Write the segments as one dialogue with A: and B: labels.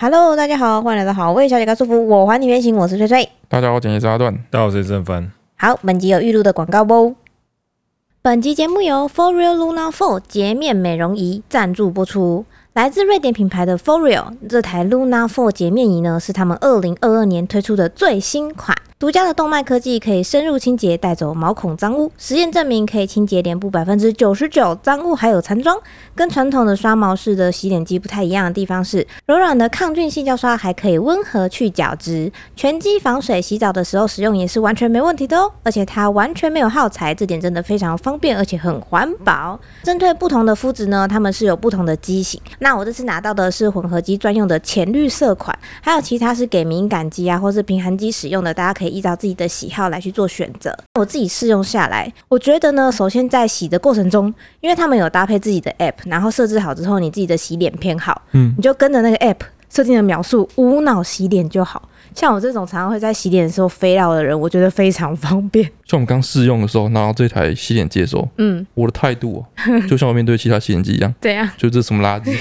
A: Hello，大家好，欢迎来到好味小姐高舒服，我还你原形，我是翠翠。
B: 大家好，我剪辑是阿段。
C: 大家好，我是郑帆。
A: 好，本集有预录的广告哦。本集节目由 For Real Luna Four 洁面美容仪赞助播出。来自瑞典品牌的 For Real 这台 Luna Four 洁面仪呢，是他们二零二二年推出的最新款。独家的动脉科技可以深入清洁，带走毛孔脏污。实验证明可以清洁脸部百分之九十九脏污还有残妆。跟传统的刷毛式的洗脸机不太一样的地方是，柔软的抗菌细胶刷还可以温和去角质，全肌防水，洗澡的时候使用也是完全没问题的哦。而且它完全没有耗材，这点真的非常方便，而且很环保。针对不同的肤质呢，它们是有不同的机型。那我这次拿到的是混合肌专用的浅绿色款，还有其他是给敏感肌啊或是平衡肌使用的，大家可以依照自己的喜好来去做选择。我自己试用下来，我觉得呢，首先在洗的过程中，因为他们有搭配自己的 app，然后设置好之后，你自己的洗脸偏好，嗯，你就跟着那个 app 设定的描述，无脑洗脸就好。像我这种常常会在洗脸的时候飞到的人，我觉得非常方便。
B: 像我们刚试用的时候，拿到这台洗脸机的时候，
A: 嗯，啊
B: 我的态度、哦、就像我面对其他洗脸机一样，
A: 怎样？
B: 就这什么垃圾，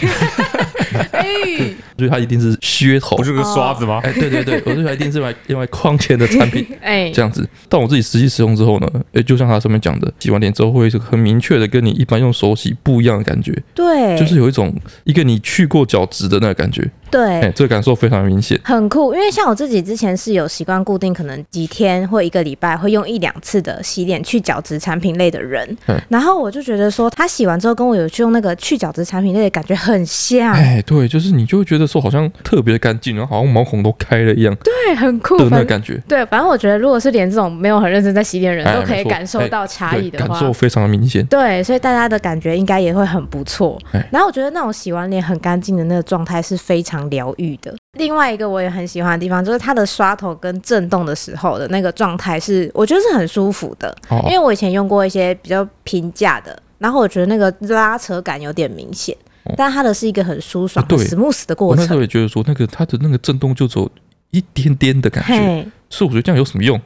B: 所以它一定是噱头
C: 不。是个
D: 哦
C: 刷子吗？
B: 哎，对对对，我这台一定是买用来框钱的产品
A: 哎
B: 这样子。但我自己实际使用之后呢，哎，就像它上面讲的，洗完脸之后会有一个很明确的跟你一般用手洗不一样的感觉，
A: 对，
B: 就是有一种一个你去过角质的那个感觉，
A: 对。
B: 哎，这个感受非常明显。
A: 很酷，因为像我自己之前是有习惯固定，可能几天或一个礼拜会用一两次的洗脸去角质产品类的人，
B: 嗯
A: 然后我就觉得说，他洗完之后跟我有去用那个去角质产品类的感觉很像，
B: 哎，对，就是你就会觉得说好像特别干净，然后好像毛孔都开了一样的
A: 对，很酷，
B: 那个
A: 反正
B: 感觉。
A: 对，反正我觉得如果是连这种没有很认真在洗脸的人
B: 哎
A: 都可以
B: 没错
A: 感受到差
B: 对，
A: 异的
B: 感
A: 话，
B: 受非常明显。
A: 对，所以大家的感觉应该也会很不错
B: 哎。
A: 然后我觉得那种洗完脸很干净的那个状态是非常疗愈的。另外一个我也很喜欢的地方，就是它的刷头跟震动的时候的那个状态是，我觉得是很舒服的。
B: 哦
A: 因为我以前用过一些比较平价的，然后我觉得那个拉扯感有点明显，
B: 哦
A: 但它的是一个很舒爽、
B: 啊
A: 很
B: 对
A: smooth 的过
B: 我那时
A: 程
B: 候。也觉得说，那个它的那个震动就只有一点点的感觉，
A: 嘿，
B: 所以我觉得这样有什么用？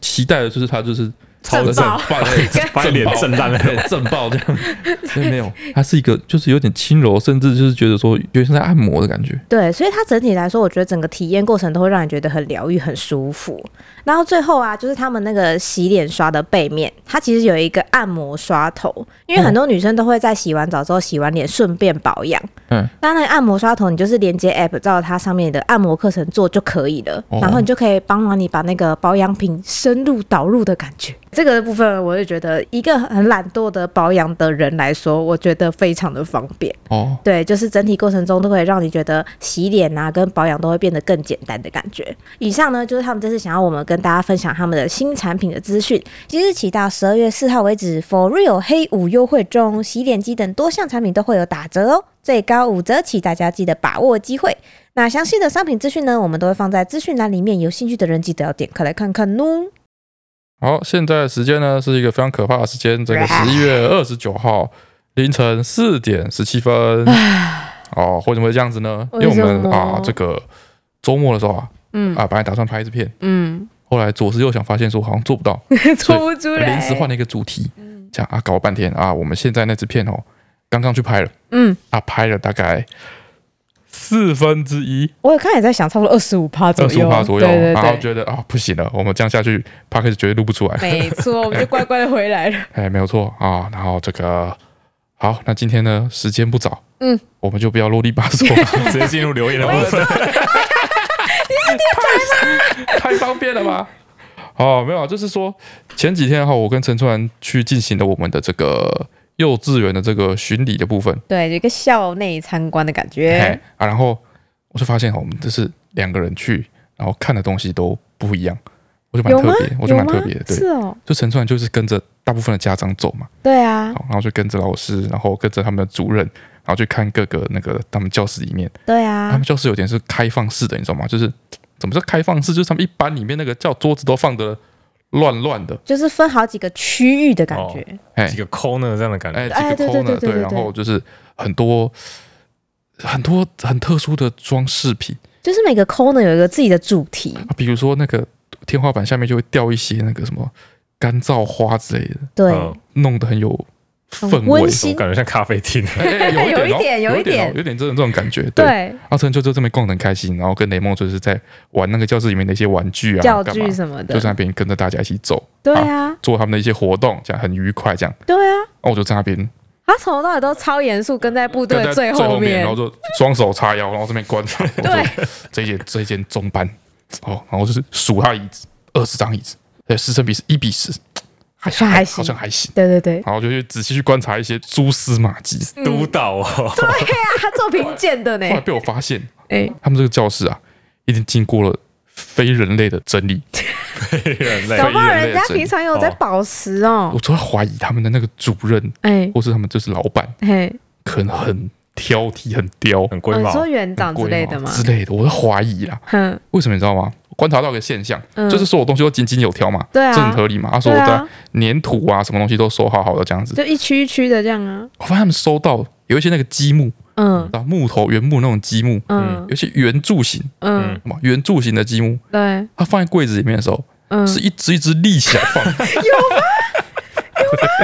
B: 期待的就是它就是
C: 超
B: 正
C: 震
B: 爆，
C: 把脸震烂了。
B: 对，震爆这样。 所以没有，它是一个就是有点轻柔，甚至就是觉得说，有点像在按摩的感觉。
A: 对，所以它整体来说，我觉得整个体验过程都会让你觉得很疗愈、很舒服。然后最后啊，就是他们那个洗脸刷的背面，它其实有一个按摩刷头，因为
B: 嗯
A: 很多女生都会在洗完澡之后洗完脸顺便保养。
B: 嗯，
A: 那那个按摩刷头，你就是连接 app，照它上面的按摩课程做就可以了，
B: 哦
A: 然后你就可以帮忙你把那个保养品深入导入的感觉。这个部分，我就觉得一个很懒惰的保养的人来说，我觉得非常的方便。
B: 哦，
A: 对，就是整体过程中都会让你觉得洗脸啊跟保养都会变得更简单的感觉。以上呢就是他们这次想要我们跟大家分享他们的新产品的资讯。即日起到十二月四号为止，For Real 黑五优惠中，洗脸机等多项产品都会有打折哦，最高五折起，大家记得把握机会。那详细的商品资讯呢，我们都会放在资讯栏里面，有兴趣的人记得要点开来看看哦。
B: 好，现在的时间呢是一个非常可怕的时间，这个十一月二十九号凌晨四点十七分。哦，为什么会这样子呢？因为我
A: 为什
B: 们
A: 么
B: 啊，这个周末的时候啊，
A: 嗯
B: 啊，本来打算拍一支片，
A: 嗯，
B: 后来左思右想，发现说好像做不到，
A: 说不出来，
B: 临时换了一个主题，
A: 嗯
B: 这样啊搞了半天啊，我们现在那支片哦，刚刚去拍了
A: 嗯，
B: 啊，拍了大概四分之一，
A: 我有看也在想，差不多二十五趴左
B: 二十
A: 右，
B: 五趴左右，
A: 对对对，
B: 然后觉得啊不行了，我们这样下去 p a c k a g 绝对录不出来，
A: 没错，我们就乖乖的回来了。
B: 哎，没有错啊。然后这个好，那今天呢时间不早，
A: 嗯，
B: 我们就不要啰里吧嗦 了，
C: 直接进入留言的部分。
B: 太方便了吧？哦，没有啊，就是说前几天哈，我跟陈川去进行了我们的这个幼稚园的这个巡礼的部分，
A: 对，有一个校内参观的感
B: 哎
A: 觉。
B: 啊，然后我就发现哈，我们这是两个人去，然后看的东西都不一样，我就蛮
A: 有吗
B: 特别，？我就
A: 有
B: 蛮
A: 吗？
B: 特别的，对，
A: 是哦，
B: 就陈川就是跟着大部分的家长走嘛，
A: 对啊，
B: 好，然后就跟着老师，然后跟着他们的主任，然后去看各个那个他们教室里面。
A: 对
B: 他
A: 啊
B: 们，教室有点是开放式的，你知道吗？就是怎么叫开放式？就是他们一般里面那个叫桌子都放的乱乱的，
A: 就是分好几个区域的感觉。
B: 哎
C: 几个 corner 这样的感
B: 哎，
C: 觉，
A: 哎
B: 几
A: 对
B: 个
A: 对
B: corner
A: 对对对
B: 然后就是很多很多很特殊的装饰品
A: 就是每个 corner 有一个自己的主题，
B: 啊，比如说那个天花板下面就会掉一些那个什么干燥花之类的，
A: 对，
C: 嗯
B: 弄得很有氛围
A: 嗯
D: 温。馨
C: 我，感觉像咖啡厅。
B: 哎哎哎有一 点哦，
D: 有
B: 有一
D: 一点有一点
B: 点哦，有一点这种这种感觉。对，
D: 对，
B: 阿成就就这么逛得很开心，然后跟雷梦就是在玩那个教室里面的一些玩具啊，
D: 教
B: 干
D: 具
B: 嘛
D: 什么
B: 就在
D: 的，
B: 那边跟着大家一起走，
D: 对啊，
B: 做他们的一些活动，这样很愉快。这样，
D: 对啊，
B: 然后我就在那边
D: 他从头到尾都超严肃，跟在部队
B: 跟在
D: 最
B: 最后
D: 面
B: 然后，就双手叉腰，然后这边观察，我
D: 对
B: 说这一间这一间中班，哦，然后就是数他椅子，二十张椅子，对，师生比是一比十，好
D: 像还行
B: 好像还行。
D: 对对对，啊
B: 然后就去仔细去观察一些蛛丝马迹，
D: 嗯
C: 督导哦，
D: 他做评鉴的呢
B: 后，来被我发现，
D: 哎，
B: 他们这个教室啊，已经经过了非人类的整理。
C: 人类
D: 搞不好人家
B: 非人类的整
D: 平常有在保持哦
B: 我，都在怀疑他们的那个主任
D: 哎
B: 或是他们就是老板，
D: 嘿，
B: 可能很挑剔、很刁、
C: 很龟
D: 哦你
C: 毛
D: 说，园长之类的吗？
B: 之类的，我在怀疑啦。
D: 哼，
B: 为什么你知道吗？我观察到一个现象，
D: 嗯
B: 就是所有东西都井井有条嘛，
D: 对啊
B: 这很合理嘛。他说
D: 对
B: 我在
D: 啊，
B: 粘土啊，什么东西都收好好的这样子。
D: 就一区一区的这样啊，
B: 我发现他们收到有一些那个积木，
D: 嗯
B: 啊，木头原木那种积木，
D: 嗯
B: 有些圆柱形，
D: 嗯，
B: 嘛，圆柱形的积木，
D: 对，
B: 它放在柜子里面的时候，
D: 嗯，
B: 是一只一只立起来 放。有吗？有 吗？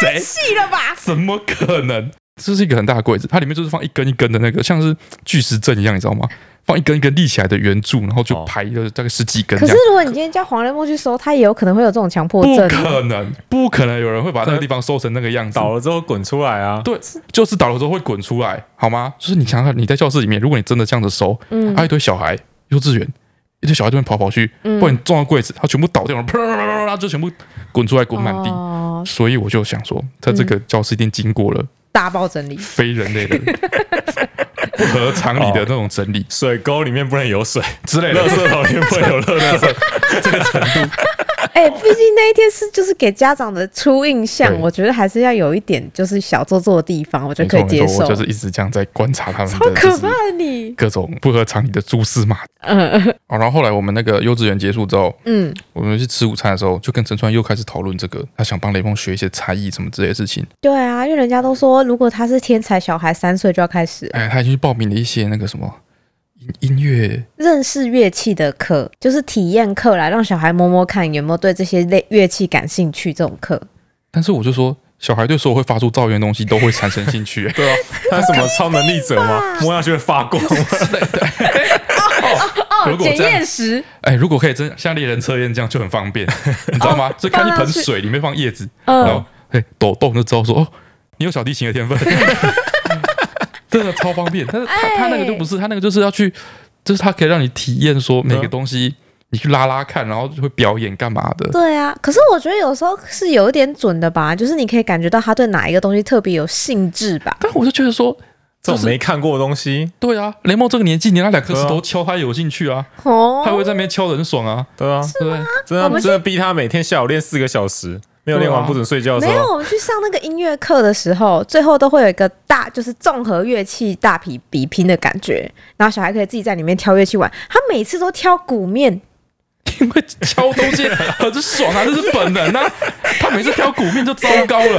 B: 谁？
D: 细了吧？
B: 怎么可能？这是一个很大的柜子，它里面就是放一根一根的那个，像是巨石阵一样，你知道吗？放一根一根立起来的圆柱，然后就
C: 哦
B: 排了大概十几根
D: 可
B: 这
D: 是
B: 样。
D: 如果你今天叫黄连木去收，他也有可能会有这种强迫
B: 不
D: 症。
B: 可能，不可能有人会把那个地方收成那个样子。
C: 倒了之后滚出来啊！
B: 对，就是倒了之后会滚出来，好吗？就是你想想，看，你在教室里面，如果你真的这样子收，
D: 嗯
B: 还有一堆小孩，幼稚园一堆小孩这边跑跑去，
D: 嗯
B: 不然你撞到柜子，它全部倒掉了，啪啦啦啦啦，就全部滚出来，滚满地。
D: 哦，
B: 所以我就想说，他这个教室一定经过了
D: 大爆整理，
B: 非人类的、 不合常理的那种整理
C: 水沟里面不能有水，
B: 之类
C: 垃
B: 的。
C: 圾桶里面不能有垃圾。
D: 哎，毕竟那一天是就是给家长的初印象，
B: 对
D: 我觉得还是要有一点就是小做作的地方，我觉
B: 没
D: 得可
B: 错没
D: 以接
B: 错，
D: 受
B: 我。就是一直这样在观察他们
D: 超
B: 的，就
D: 可
B: 是
D: 怕的你，
B: 各种不合常理的蛛丝马迹。
D: 嗯
B: 哦，然后后来我们那个幼稚园结束之后，
D: 嗯
B: 我们去吃午餐的时候，就跟陈川又开始讨论这个，他想帮雷梦学一些才艺什么之类的事情。
D: 对啊，因为人家都说，如果他是天才小孩，三岁就要开始
B: 哎，他已经去报名了一些那个什么音音乐，
D: 认识乐器的课，就是体验课来让小孩摸摸看有没有对这些类乐器感兴趣。这种课，
B: 但是我就说，小孩对所有会发出噪音的东西都会产生兴 趣。
C: 对啊，他什么超能力者吗？摸下去会发光。
D: 哦
B: 如果这样
D: 石，
B: 哎，如果可以真像猎人测验这样就很方 便，你知道吗？就看一盆水里面放叶子，然
D: 哦嗯
B: 后，哎抖动就知道说哦，你有小提琴的天 分，真的超方便。但是他他那个就不是，他那个就是要去，就是他可以让你体验说每个东西，你去拉拉看，然后就会表演干嘛的。
D: 对啊。可是我觉得有时候是有一点准的吧，就是你可以感觉到他对哪一个东西特别有兴致吧。
B: 但我就觉得说，
C: 这
B: 就
C: 种
B: 是
C: 没看过的东西，
B: 对啊，雷梦这个年纪，你拿两颗石
C: 对
B: 头
C: 啊
B: 敲他有兴趣啊，他
D: 哦，
B: 会在那边敲得很爽啊，
C: 对啊，
B: 对不对？
C: 真
D: 我
C: 的
D: 们
C: 真的逼他每天下午练四个小时，没有练
B: 对
C: 完
B: 啊
C: 不准睡觉的
D: 没
C: 时
D: 有，
C: 候，
D: 我们去上那个音乐课的时候，最后都会有一个大，就是综合乐器大比比拼的感觉，然后小孩可以自己在里面挑乐器玩。他每次都挑鼓面，
B: 因为敲东西很爽啊，这是本能啊。他每次挑鼓面就糟糕了，
D: 也有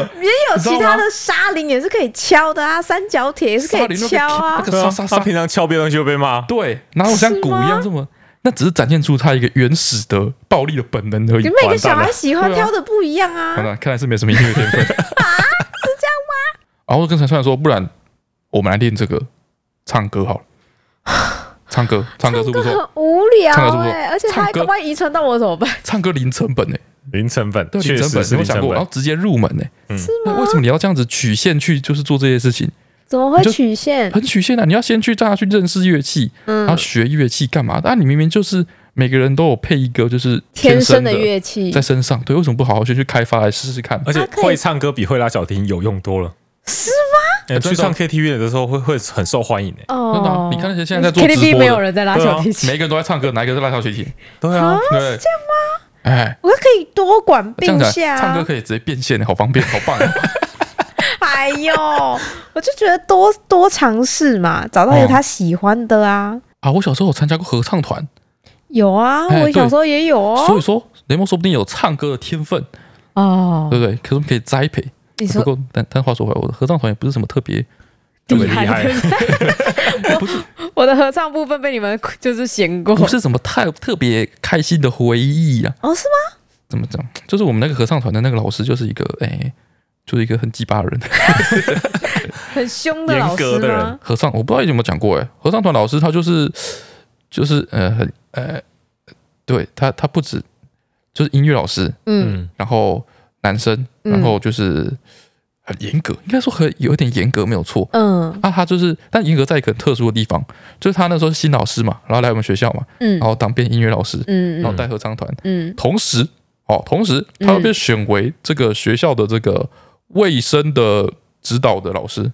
B: 你知
D: 其
B: 道
D: 他
B: 吗
D: 的沙铃也是可以敲的啊，三角铁也是可
B: 沙
D: 以
B: 林那个
D: 敲啊
B: 那。个
C: 对
B: 沙
C: 啊
B: 沙，
C: 他
B: 沙，
C: 平常敲别的东西会被骂。
B: 对，哪有像
D: 是
B: 鼓
D: 吗
B: 一样这么？那只是展现出他一个原始的暴力的本能而已
D: 你。每个
C: 完
D: 小
C: 蛋
D: 孩
C: 了
D: 喜欢
B: 对啊
D: 挑的不一样啊
B: 好。了，看来是没什么音乐天分啊，是这样吗？然后我就跟陈川说，不然我们来练这个唱歌好了，唱歌，唱歌是不
D: 这
B: 错，
D: 很无聊
B: 唱歌是不错
D: 哎、而且他
B: 唱歌
D: 万一遗传到我怎么办？
B: 唱歌零成本诶、
C: 零成本，
B: 对，
C: 确
B: 零成
C: 实
B: 本，你有没有
C: 是零
B: 想
C: 成
B: 过，然
C: 本
B: 后。直接入门呢、
D: 是
B: 那为什么你要这样子曲线去就是做这些事情？
D: 怎么会
B: 你就
D: 曲线？
B: 很曲线啊！你要先去大家去认识乐器，
D: 嗯
B: 然后学乐器干嘛？啊但、你明明就是每个人都有配一个就是
D: 天
B: 生
D: 生的乐器哦
B: 在身上，对，为什么不好好先去开发来试试看？
C: 而且
D: 他可以
C: 会唱歌比会拉小提琴有用多了，
D: 是
C: 欸
B: 哎真的
C: 去唱 KTV 的时候会会很受欢迎诶。欸
B: 真的啊
D: 哦。
B: 你看那些现在在做直
D: KTV
B: 播
D: 没
B: 的啊
D: 有人在拉小提琴，
B: 每一个人都在唱歌，哪一个是拉小提琴？
C: 对啊，
D: 哦
B: 对，是这样吗？哎，
D: 我可以多管
B: 这样
D: 并
B: 子
D: 下、
B: 唱歌
D: 啊。
B: 可以直接变现，好方便，好棒 啊！
D: 哎呦，我就觉得多多尝试嘛，找到有他喜欢的啊。
B: 啊，我小时候有参加过合唱团，
D: 有啊，
B: 哎
D: 我小时候也有
B: 所以
D: 哦。
B: 说雷蒙说不定有唱歌的天分，
D: 哦
B: 对，不对？可是我们可以栽培。
D: 你
B: 不
D: 说
B: 过，但但话说回来，我的合唱团也不是什么特别，
C: 特别
D: 厉
C: 厉
D: 害
C: 害
D: 的， 我的合唱部分被你们就是嫌过
B: 不是什么太特别开心的回忆啊。
D: 哦，是吗？
B: 怎么讲？就是我们那个合唱团的那个老师，就是一个哎、就是一个很鸡巴的人。
A: 很凶的老师
C: 严格的
A: 吗
C: 人？
B: 和尚，我不知道有没有讲过哎、和尚团老师他就是就是呃很呃，对他他不止就是音乐老师，
A: 嗯
C: 嗯，
B: 然后男生，
A: 嗯
B: 然后就是很严格，应该说很有一点严格没有错。
A: 嗯
B: 啊，他就是，但严格在一个很特殊的地方，就是他那时候是新老师嘛，然后来我们学校嘛，
A: 嗯
B: 然后当编音乐老师，
A: 嗯
B: 然后
A: 嗯
B: 带合唱团，
A: 嗯，
B: 同时哦，同时他又被选为这个学校的这个卫生的指导的老师，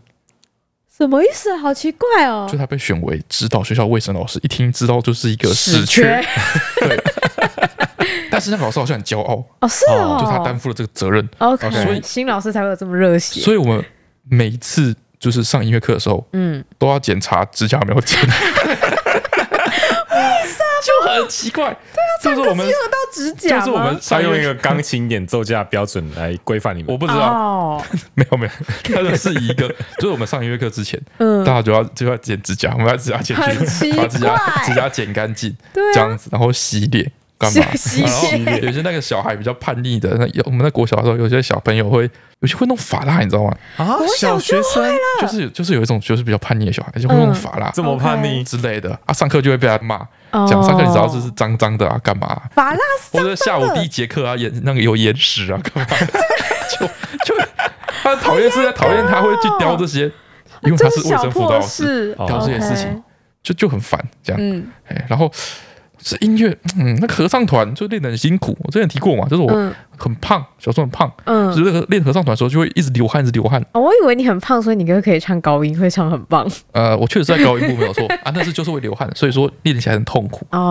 A: 什么意思啊？好奇怪哦
B: 就，他被选为指导学校卫生老师，一听知道就是一个死缺，但是那个老师好像很骄傲，
A: 哦，是哦，
B: 就他担负了这个责任，
A: OK，
B: 所以
A: 新老师才会有这么热血。
B: 所以我们每一次就是上音乐课的时候，
A: 嗯，
B: 都要检查指甲有没有剪。就很奇怪，对啊，就是我们，
A: 得到指甲吗？
B: 就是我们
C: 他
B: 上音
C: 用
B: 乐
C: 一个钢琴演奏家的标准来规范你
B: 嗯
C: 们
B: 我。不知道，
A: 哦，
B: 没有没有， 他就是一个，就是我们上音乐课之前，
A: 嗯
B: 大，家就要就要剪指甲，我们要指甲剪
A: 很
B: 去，
A: 奇
B: 把指甲
A: 怪
B: 指甲剪干净，
A: 对
B: 这
A: 啊，
B: 样子，然后洗脸干 嘛？
A: 洗
B: 然后
A: 洗
C: 脸
B: 有些那个小孩比较叛逆的，那有我们在国小的时候，有些小朋友会，有些会弄法拉，你知道吗？
C: 啊
A: 我小
C: 学生
B: 就是就是有一种就是比较叛逆的小孩，就会弄法拉
C: 这么叛逆，
A: 嗯
B: 之类的啊，上课就会被他骂，
A: 哦
B: 讲上课你知道就是脏脏的啊，干嘛啊？
A: 法拉
B: 或者下午第一节课啊，眼那个有眼屎啊，干嘛？就就他讨厌是在讨厌他会去叼这些，因为他
A: 哎这
B: 是
A: 是
B: 卫
A: 小
B: 生辅导
A: 破
B: 老师，
A: 事，
C: 哦
B: 搞这些
A: OK
B: 事情，就就很烦这样。
A: 嗯
B: 哎，然后是音乐，嗯，那个合唱团就练得很辛苦。我之前提过嘛，就是我
A: 嗯
B: 很胖，小时候很胖，
A: 嗯。
B: 就是那个练合唱团的时候就会一直流汗，一直流汗。
A: 哦我以为你很胖，所以你哥可以唱高音，会唱很棒
B: 呃，我确实在高音部没有错 啊，但是就是会流汗，所以说练起来很痛苦。然后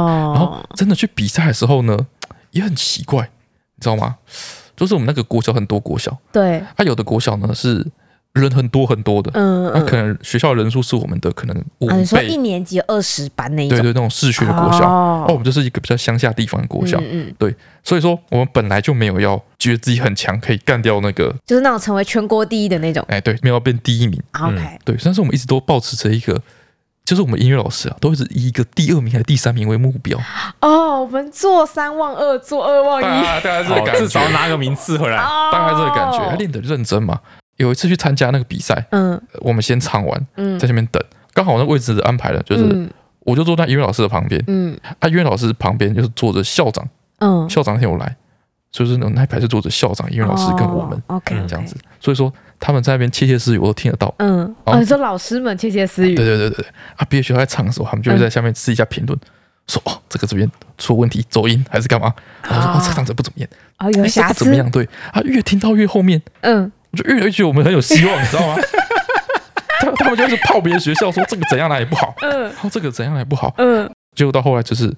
A: 哦。
B: 真的去比赛的时候呢，也很奇怪，你知道吗？就是我们那个国小很多国小，
A: 对，
B: 它、有的国小呢是人很多很多的，
A: 嗯
B: 那、可
A: 嗯，
B: 能学校人数是我们的可能五
A: 啊，你说
B: 倍，
A: 一年级二十班那一
B: 对
A: 种
B: 对，那种市区的国校。
A: 哦
B: 哦，我们就是一个比较乡下地方的国小，
A: 嗯嗯，
B: 所以说我们本来就没有要觉得自己很强，可以干掉那个，
A: 就是那种成为全国第一的那种。
B: 哎，对，没有要变第一名，
A: 啊 OK，
B: 对，但是我们一直都保持着一个，就是我们音乐老师啊，都一直以一个第二名还是第三名为目标，
A: 哦，我们做三望二，做二望一，
B: 大概
C: 哦至少拿个名次回来。
A: 哦
B: 大概这个感觉，他练得认真嘛。有一次去参加那个比赛，呃
A: 嗯
B: 我们先唱完，
A: 嗯，
B: 在下面等，刚好那位置安排了，就是
A: 嗯
B: 我就坐在音乐老师的旁边，
A: 嗯
B: 啊，音乐老师旁边就是坐着校长，
A: 嗯，
B: 校长那天有来，所以说那一排是坐着校长、音乐老师跟我们。
A: 哦 OK
C: 嗯
B: 这样子，，所以说他们在那边窃窃私语，我都听得到。
A: 嗯，
B: 哦
A: 哦，你说老师们窃窃私语，
B: 对对对对对，啊，别的学校在唱的时候，他们就
A: 嗯
B: 会在下面私底下评论，说哦，这个这边出问题，走音还是干嘛？然后说
A: 啊
B: 哦，这个唱者不怎么样，
A: 哦，有
B: 哎这
A: 瑕
B: 个
A: 疵
B: 怎么，样？对啊，越听到越后面，
A: 嗯，
B: 我就越来越觉得我们很有希望，你知道吗？ 他他们就是泡别的学校说这个怎样哪里不好，
A: 嗯
B: 然后这个怎样哪里不好，
A: 嗯
B: 结果到后来就是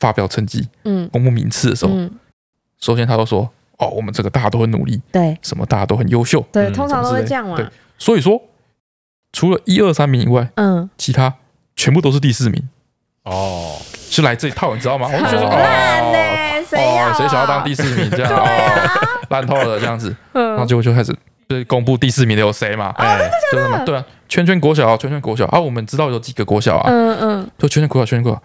B: 发表成绩、
A: 嗯
B: 公布名次的时候，
A: 嗯，
B: 首先他都说哦，我们这个大家都很努力，
A: 对
B: 什么大家都很优秀，
A: 对，
C: 嗯
A: 通常都
B: 什么
A: 会
B: 之类
A: 这样嘛，
B: 对所以说除了一二三名以外，
A: 嗯，
B: 其他全部都是第四名，
C: 哦，
B: 是来这一套，你知道吗？我就觉得
A: 很
B: 哦，
A: 烂呢，谁
B: 哦
A: 要，啊
B: 谁想要当第四名这样？
A: 对
B: 哦，
A: 啊，
B: 烂透了这样子，然后
A: 嗯
B: 结果就开始就是公布第四名的有谁嘛？
C: 哎，
B: 就是嘛，对啊，圈圈国小，圈圈国小啊，我们知道有几个国小啊，
A: 嗯嗯
B: 就圈圈国小，圈圈国小。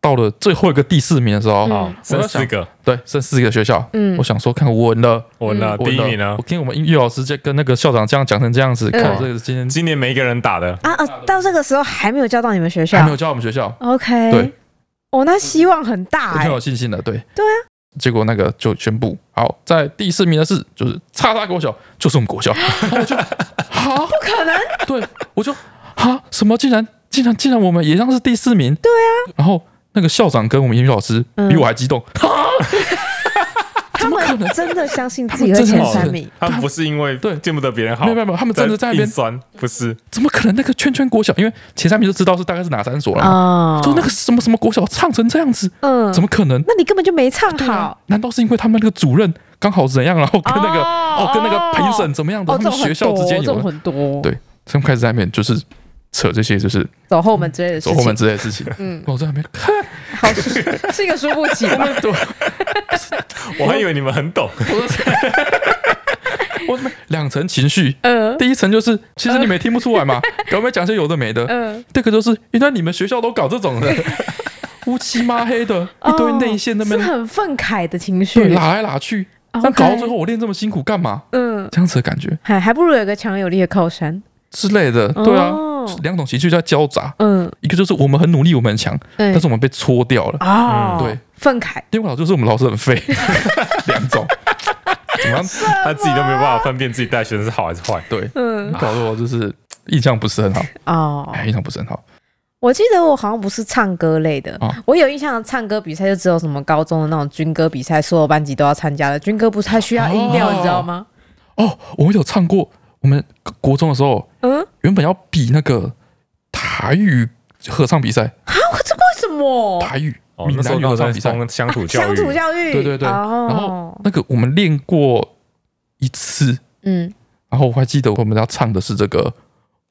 B: 到了最后一个第四名的时候，
A: 嗯
C: 哦，剩四个，
B: 对，剩四个学校，
A: 嗯
B: 我，想说看稳了，
C: 我呢
B: 稳
C: 啊第一
B: 了
C: 名呢
B: 嗯我，听我们音乐老师这跟那个校长这样讲成这样子，
A: 嗯
B: 看这个今天
C: 今年每一个人打的，
A: 啊啊，到这个时候还没有叫到你们学
B: 还没
A: 校
B: 有教我们学校，
A: ，OK，
B: 对，
A: 哦，那希望很大
B: 我
A: 哎
B: 挺，有信心的，对
A: 对啊。
B: 结果那个就宣布，好，在第四名的是就是叉叉国小，就是我们 国小。然后我就好，
A: 不可能，
B: 对我就啊什么，竟然竟然竟然我们也像是第四名，对啊。然后那个校长跟我们英语老师
A: 嗯
B: 比我还激动，
A: 他们真的相信自己
B: 他
A: 会
B: 们真的
A: 前
C: 好
A: 三名，
C: 他们不是因为
B: 对
C: 见不得别人好
B: 没有，没有没有，他们真的在那边
C: 硬，酸，不是
B: 怎么可能那个圈圈国小？因为前三名就知道是大概是哪三所了嘛，
A: 哦
B: 就那个什么什么国小唱成这样子，
A: 嗯
B: 怎么啊可能？
A: 那你根本就没唱好，
B: 难道是因为他们那个主任刚好怎样，然后跟那个
A: 哦
B: 哦跟那个评审怎么样的？
A: 哦，
B: 他
A: 这
B: 们
A: 种
B: 学
A: 很
B: 校之
A: 多，
B: 间
A: 这
B: 有
A: 种很多，
B: 对他们开始在那边就是扯这些就是
A: 走后门之类的事
B: 走
A: 情，
B: 后门之类的事情。
A: 嗯，
B: 我在那边，
A: 好， 是一个输不起吧，
B: 对，
C: 我还以为你们很懂，
B: 我在那边两层情绪。
A: 嗯
B: 第一层就是，其实你们也听不出 来嘛，有没有讲些有的没的？
A: 嗯，
B: 这个就是，原来你们学校都搞这 种的，乌漆抹黑的，一堆内线那
A: 哦是
B: 边
A: 很愤慨的情绪
B: 对，拉来拉去，但搞到最后，我练这么辛苦干嘛？
D: 嗯，
B: 这样子的感觉
D: 还还不如有一个强有力的靠山。
B: 之类的，对啊，
D: 哦
B: 两种情绪在交杂，
D: 嗯，
B: 一个就是我们很努力，我们很强，
D: 对
B: 但是我们被戳掉了。
D: 哦，
B: 嗯对，
D: 愤慨，
B: 另外一种就是我们老师很废， 两种，怎么样？
C: 他自己都没有办法分辨自己带学生是好还是坏。
B: 对，
D: 嗯，
B: 搞得我就是印象不是很好，
D: 哦，
B: 哎，印象不是很好。
D: 我记得我好像不是唱歌类的，
B: 哦
D: 我有印象，唱歌比赛就只有什么高中的那种军歌比赛，所有班级都要参加的。军歌不太需要音调，
B: 哦
D: 你知道吗？
B: 哦，我们有唱过，我们国中的时候
D: 嗯，
B: 原本要比那个台语合唱比赛，
D: 为什么？
B: 台语
C: 哦，
B: 闽
C: 那时
B: 南
C: 候
B: 语合
C: 刚
B: 唱
C: 在
B: 比赛，
C: 冲乡土教
D: 乡
C: 育，
D: 土教育，
B: 对对对然
D: 哦
B: 后，那个我们练过一次，
D: 嗯，
B: 然后我还记得我们要唱的是这个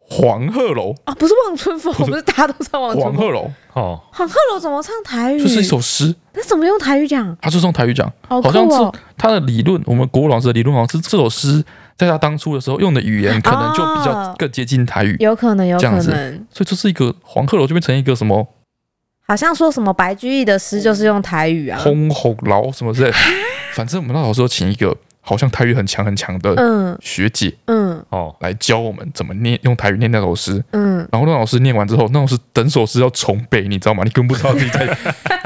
B: 黄鹤楼，
D: 啊，不是望春风，
B: 不是
D: 不是大家都唱望春
B: 黄
D: 风。
B: 鹤楼
C: 哦，
D: 黄鹤楼怎么唱台语？
B: 就是一首诗，
D: 那怎么用台语讲？
B: 它是用台语讲，
D: 好酷
B: 好像
D: 哦
B: 是！他的理论，我们国文老师的理论好像是这首诗在他当初的时候用的语言，可能就比较
D: 哦
B: 更接近台语，
D: 有可能，有
B: 这样
D: 可
B: 子
D: 能，
B: 所以就是一个黄鹤楼就变成一个什么
D: 好像说什么白居易的诗就是用台语啊。
B: 轰吼劳什么之类的，反正我们那老师有请一个好像台语很强很强的
D: 嗯
B: 学姐
D: 嗯
C: 哦，
B: 来教我们怎么念用台语念那首诗。
D: 嗯，
B: 然后那老师念完之后，那老师整首诗要重背，你知道吗？你根本不知道自己在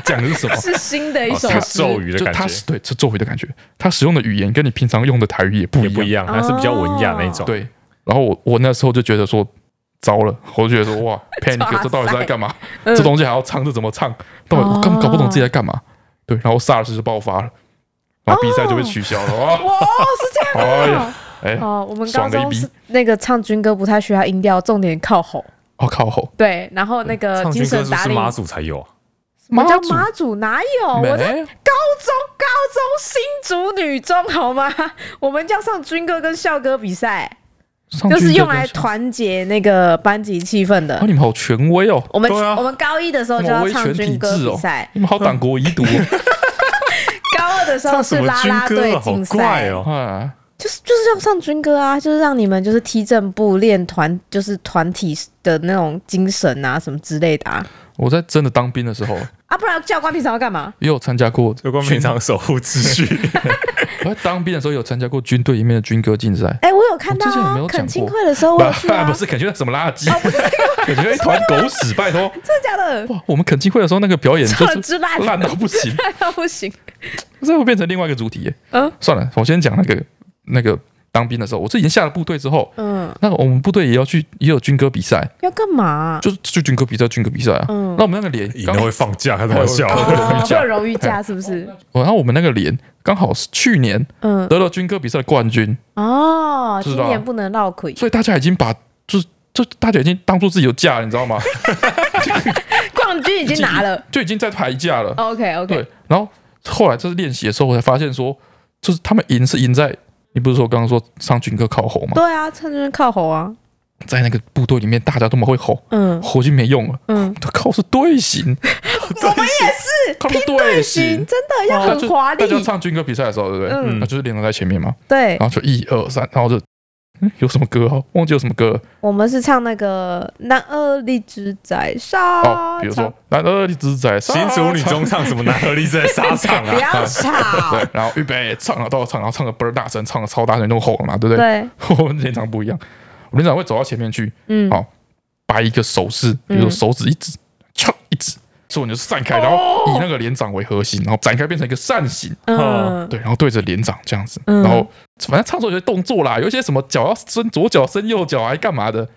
B: 讲的是什么。
D: 是新的一首
C: 哦是
D: 诗。
C: 咒语 的
B: 就
C: 感
B: 他
C: 觉，
B: 对，是咒语的感觉。他使用的语言跟你平常用的台语也不
C: 也
B: 一
C: 不
B: 样哦
C: 一。样，
D: 哦
C: 还是比较文雅那一种。，
B: 对，然后我我那时候就觉得说，糟了，我就觉得说， 哇，panic，这到底在干嘛？
D: 嗯哦
B: 这东西还要唱，这怎么唱？到底我根本搞不懂自己在干嘛。对，然后 SARS 就爆发了，然后比赛就被取消了。哇，
D: 哇，哦是这
B: 哎
D: 样的
B: 呀。哎，
D: 哦，我们
B: 爽
D: 高
B: 了一
D: 中
B: 逼
D: 是那个唱军歌不太需要音调，重点靠吼。
B: 我靠吼，
D: 对，然后那个
C: 唱
D: 精
C: 军歌是
D: 神
C: 不
D: 打
C: 是
D: 理，
C: 妈祖才有啊？
D: 我叫
B: 妈祖
D: 妈祖哪有？我在
B: 没
D: 高中高中新竹女中好吗？ 我们叫上军歌跟校歌比赛，
B: 上
D: 就
B: 去
D: 是用来
B: 就
D: 团结那个班级气氛的
B: 啊，。你们好权威哦，
D: 我们、
C: 嗯对啊
D: 我们高一的时候就
B: 那么
D: 要
B: 威
D: 唱
B: 权体
D: 军歌
B: 制
D: 比
B: 哦
D: 赛，，
B: 你们好党国遗毒哦
D: 高二的时候
C: 唱什
D: 是
C: 么
D: 啦啦
C: 军歌
D: 队
C: 啊？好
D: 竞
C: 怪
D: 赛，
C: 哦！
B: 啊！
D: 就是就是要上军歌啊，就是让你们就是踢正步、练团，就是团体的那种精神啊，什么之类的啊。
B: 我在真的当兵的时候，
D: 啊，不然教官平常要干嘛？
B: 也有参加过
C: 就光
B: 军
C: 平常守护秩序，
B: 我在当兵的时候有参加过军队里面的军歌竞赛。
D: 哎、我有看到、
B: 我之前有没
D: 啊
B: 有讲过
D: 恳亲会的 时候我有去啊，
B: 哦不是感觉那什么垃圾，感觉一团狗屎，拜托！
D: 真的假的？
B: 哇，我们恳亲会的时候那个表演就
D: 超
B: 是
D: 之烂，
B: 烂到不行，
D: 烂到不行。
B: 这会变成另外一个主题耶。
D: 嗯
B: 算了，我先讲那个那个当兵的时候，我是已经下了部队之后，
D: 嗯，
B: 那个我们部队也要去也有军歌比赛，
D: 要干嘛啊、
B: 就是就军歌比赛，军歌比赛啊。
D: 嗯
B: 那我们那个连
C: 赢
B: 刚
C: 了
B: 好
C: 会放假，开什么玩笑？
D: 哦
B: 容易
D: 就
B: 嫁
D: 有荣誉价是不是？
B: 然后我哦们那个连刚好是去年
D: 嗯，
B: 得了军歌比赛的冠军，
D: 哦，
B: 知
D: 今
B: 道啊
D: 年不能绕亏，
B: 所以大家已经把就是就大家已经当做自己有假了，你知道吗？
D: 冠军已经 拿了。
B: 就已经在排假了。
D: OK
B: 对
D: OK，，
B: 然后后来就是练习的时候，我才发现说，就是他们赢是赢在，你不是说刚刚说上军歌靠吼吗？
D: 对啊，趁军靠吼啊，
B: 在那个部队里面，大家都蛮会吼，
D: 嗯
B: 吼就没用了，
D: 嗯，
B: 靠是队形，
D: 我们也是
B: 靠是
D: 拼
B: 队
D: 行，
B: 形。
D: 真的要
B: 大家
D: 很
B: 就
D: 华丽
B: 大，家唱军歌比赛的时候，对不对？
D: 嗯
B: 那就是连长在前面嘛，
D: 对，
B: 然后就一二三，然后就嗯有什么歌哦，忘记有什么歌了
D: 我们是唱那个《男儿立志在沙
B: 哦，
D: 场
B: 比如》，说男儿立志在
C: 新竹女中
B: 上，
C: 唱什么南河力在沙场
D: 不
C: 啊？
D: 要吵
B: 对，，然后预备唱了都要唱，然后唱的倍儿大声，唱的超大声，都吼了嘛， 对不对？
D: 对，
B: 我们连长不一样，我们连长会走到前面去，
D: 嗯，
B: 好摆一个手势，比如说手指一指，敲一指，所以你就散开，然后以那个连长为核心，然后展开变成一个扇形，
D: 嗯，
B: 对，然后对着连长这样子，
D: 嗯
B: 然后反正唱出有些动作啦，有一些什么脚要伸左脚伸右脚，还干嘛的，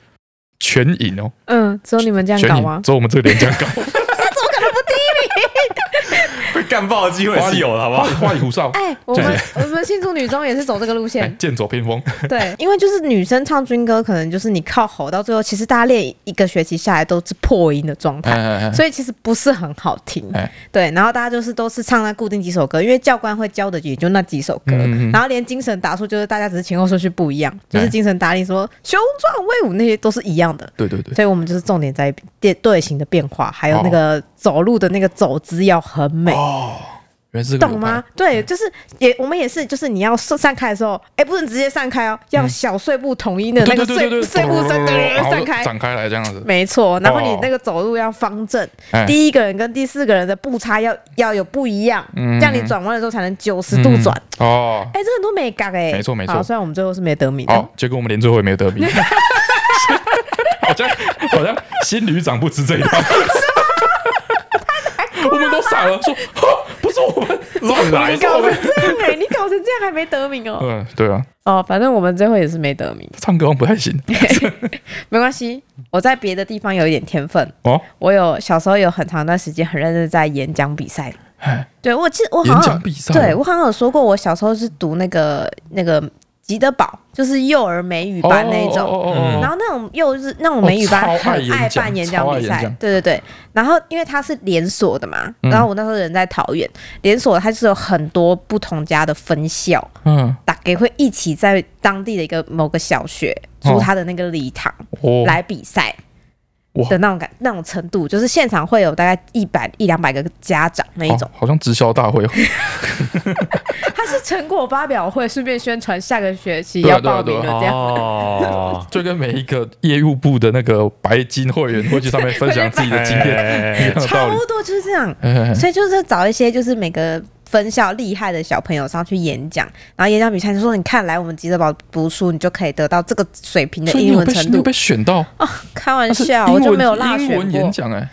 B: 全赢哦，
D: 嗯，只有你们这样
B: 全
D: 搞
B: 赢，
D: 吗？
B: 只有我们这个连长搞，
C: 被干爆的机会是有的，好不
B: 花
C: 好
B: 里？花里胡哨，
D: 哎，我
B: 就
D: 们我们新竹女中也是走这个路
B: 哎
D: 线，，
B: 剑走偏锋，
D: 对，因为就是女生唱军歌，可能就是你靠吼到最后，其实大家练一个学期下来都是破音的状
B: 哎
D: 态。
B: 哎哎，
D: 所以其实不是很好听，
B: 哎
D: 对。然后大家就是都是唱那固定几首歌，因为教官会教的也就那几首歌。
B: 嗯嗯嗯
D: 然后连精神打数就是大家只是前后顺序不一样，就是
B: 哎
D: 精神打理说雄壮威武那些都是一样的。
B: 对对对，
D: 所以我们就是重点在队队形的变化，还有那个走路的那个走姿要很美。
B: 哦，原来是这个
D: 懂
B: 流派
D: 吗？？对，
B: 嗯
D: 就是也我们也是，就是你要散散开的时候，哎、不能直接散开哦，要小碎步统一的
B: 对对
D: 那个
B: 对
D: 碎
B: 对对，
D: 碎步散
B: 然后
D: 散开，
B: 展开来这样子，
D: 没错。然后你
B: 哦
D: 那个走路要方正，
B: 哎
D: 第一个人跟第四个人的步差要要有不一样，
B: 嗯
D: 这样你转弯的时候才能九十度转。
B: 嗯哦。
D: 哎、这很多美感哎、
B: 没错没哦错
D: 好虽然我们最后是没得名，
B: 好，结果我们连最后也没有得名，好像好像新旅长不吃这一套，我们都傻了，说哈不是我们
C: 乱来
D: 你，搞成这样哎、你搞成这样还没得名哦。
B: 嗯，对啊，
D: 哦，反正我们最后也是没得名，
B: 唱歌好像不太行
D: 没关系。我在别的地方有一点天分，
B: 哦，
D: 我有小时候有很长一段时间很认真地在演讲比赛。
B: 哎，
D: 对我记得我
B: 演
D: 好像
B: 讲
D: 有
B: 比赛，
D: 对我好像有说过，我小时候是读那个那个吉德堡，就是幼儿美语
B: 哦
D: 班那一种。
B: 哦哦哦
C: 嗯
D: 然后那种幼稚那种美语班
B: 哦超爱
D: 很
B: 演
D: 爱
B: 讲
D: 办演讲
B: 超爱
D: 比
B: 演
D: 赛
B: 讲，
D: 对对对。然后因为它是连锁的嘛，
B: 嗯
D: 然后我那时候人在桃园，连锁它是有很多不同家的分校，
B: 嗯，
D: 大概会一起在当地的一个某个小学租
B: 哦
D: 他的那个礼堂
B: 哦，
D: 来比赛
B: 哇
D: 的那种感那种程度，就是现场会有大概一百一两百个家长那一种。
B: 好，好像直销大会哦，
D: 它是成果发表会，顺便宣传下个学期
B: 对啊
D: 要报
B: 对
D: 名
B: 啊
D: 了
B: 对
D: 这样。
C: 哦，
B: 就跟每一个业务部的那个白金会员会去上面分享自己的经 验，一
C: 验
B: 样的
D: 差
B: 道理
D: 不。多就是这样，
B: 哎 哎哎
D: 所以就是找一些就是每个分校厉害的小朋友上去演讲，然后演讲比赛就说你看来我们吉德堡读书，你就可以得到这个水平的
B: 所以你
D: 英
B: 有
D: 文
B: 被
D: 程
B: 你有
D: 度
B: 被。选到，啊
D: 开玩
B: 那是
D: 笑，
B: 英
D: 我就
B: 文
D: 没有落
B: 英
D: 选
B: 文演
D: 过。
B: 讲哎，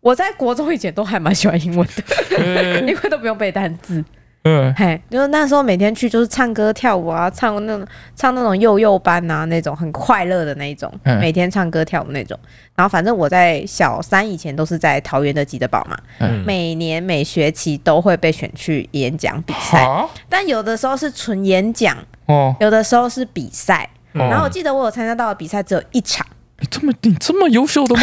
D: 我在国中以前都还蛮喜欢英文 的，
B: 哎
D: 因为都不用背单词。
B: 嗯，
D: 嘿，就是那时候每天去就是唱歌跳舞啊，唱那种唱那种幼幼班啊，那种很快乐的那一种，
B: 嗯
D: 每天唱歌跳舞那种。然后反正我在小三以前都是在桃园的吉德堡嘛，
C: 嗯
D: 每年每学期都会被选去演讲比赛，
B: 好
D: 但有的时候是纯演讲，
B: 哦，
D: 有的时候是比赛。
C: 哦
B: 嗯
D: 然后我记得我有参加到的比赛只有一场，
B: 你这么你这么优秀的吗？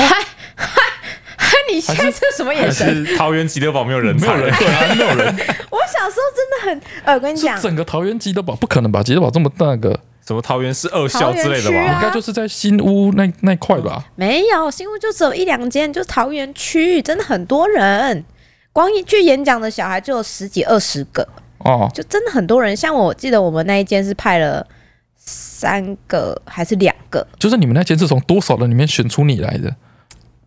D: 你现在这什么眼
C: 还
D: 神？
C: 是桃园吉德堡没有人
B: 没
C: 才，
B: 有人，对啊，没有人，
D: 我小时候真的很，呃，我跟你讲
B: 是，整个桃园吉德堡不可能吧？吉德堡这么大个，
C: 什么桃园市二校之类的
D: 桃园区
C: 吧？
B: 应该就是在新屋那那块吧？
D: 没有，新屋就只有一两间，就是桃园区真的很多人，光一去演讲的小孩就有十几二十个，
B: 哦，
D: 就真的很多人。像我记得我们那一间是派了三个还是两个，
B: 就是你们那间是从多少人里面选出你来的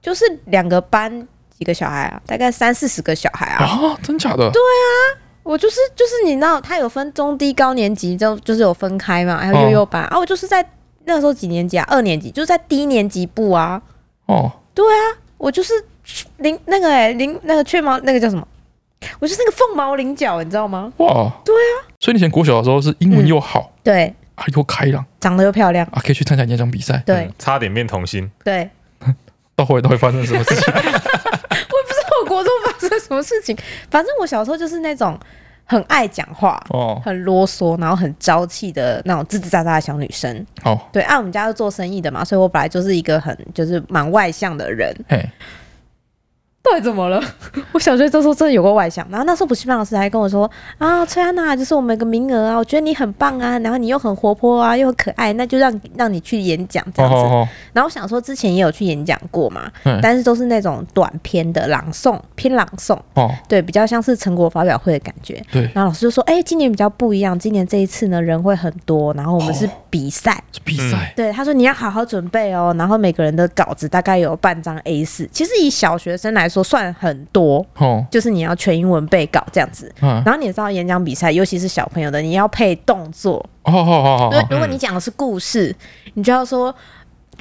D: 就是两个班几个小孩啊，大概三四十个小孩啊。
B: 啊？真假的？
D: 我就是就是你知道，他有分中低高年级，就就是有分开嘛，还有
B: 哦
D: 幼幼班、啊。我就是在那时候几年级啊，二年级，就是在低年级部啊。
B: 哦，
D: 我就是零那个哎、零那个雀毛那个叫什么？我就是那个凤毛麟角，你知道吗？
B: 哇，对啊，所以你以前国小的时候是英文又好
D: 对，
B: 啊，又开朗
D: 长得又漂亮，
B: 啊，可以去参加演讲比赛。
D: 嗯对、
C: 嗯差点变童星，
D: 对。
B: 到后来到底发生了什么 事情？
D: 我也不知道我国中发生什么事情，反正我小时候就是那种很爱讲话、
B: 哦，
D: 很啰嗦，然后很朝气的那种吱吱喳喳的小女生。
B: 好，
D: 对，啊按、我们家是做生意的嘛，所以我本来就是一个很就是蛮外向的人。
B: 嘿，
D: 到底怎么了？ 我小学这时候真的有过外向，然后那时候补习班老师还跟我说啊，崔安娜，就是我们有个名额啊，我觉得你很棒啊，然后你又很活泼啊，又很可爱，那就让让你去演讲这
B: 好
D: 样子。
B: 好好，
D: 然后我想说之前也有去演讲过嘛，
B: 哦嗯
D: 但是都是那种短篇的朗诵，偏朗诵，
B: 哦，
D: 对，比较像是成果发表会的感觉。
B: 对，
D: 然后老师就说，哎、今年比较不一样，今年这一次呢人会很多，然后我们是
B: 哦
D: 比赛。
B: 是比赛
D: 对，他说你要好好准备哦，然后每个人的稿子大概有半张 A 四，其实以小学生来说算很多，
B: 哦，
D: 就是你要全英文背稿这样子。
B: 嗯，
D: 然后你也知道演讲比赛，尤其是小朋友的，你要配动作。
B: 哦，好好好
D: 对，
B: 好，
D: 如果你讲的是故事，你就要说，呃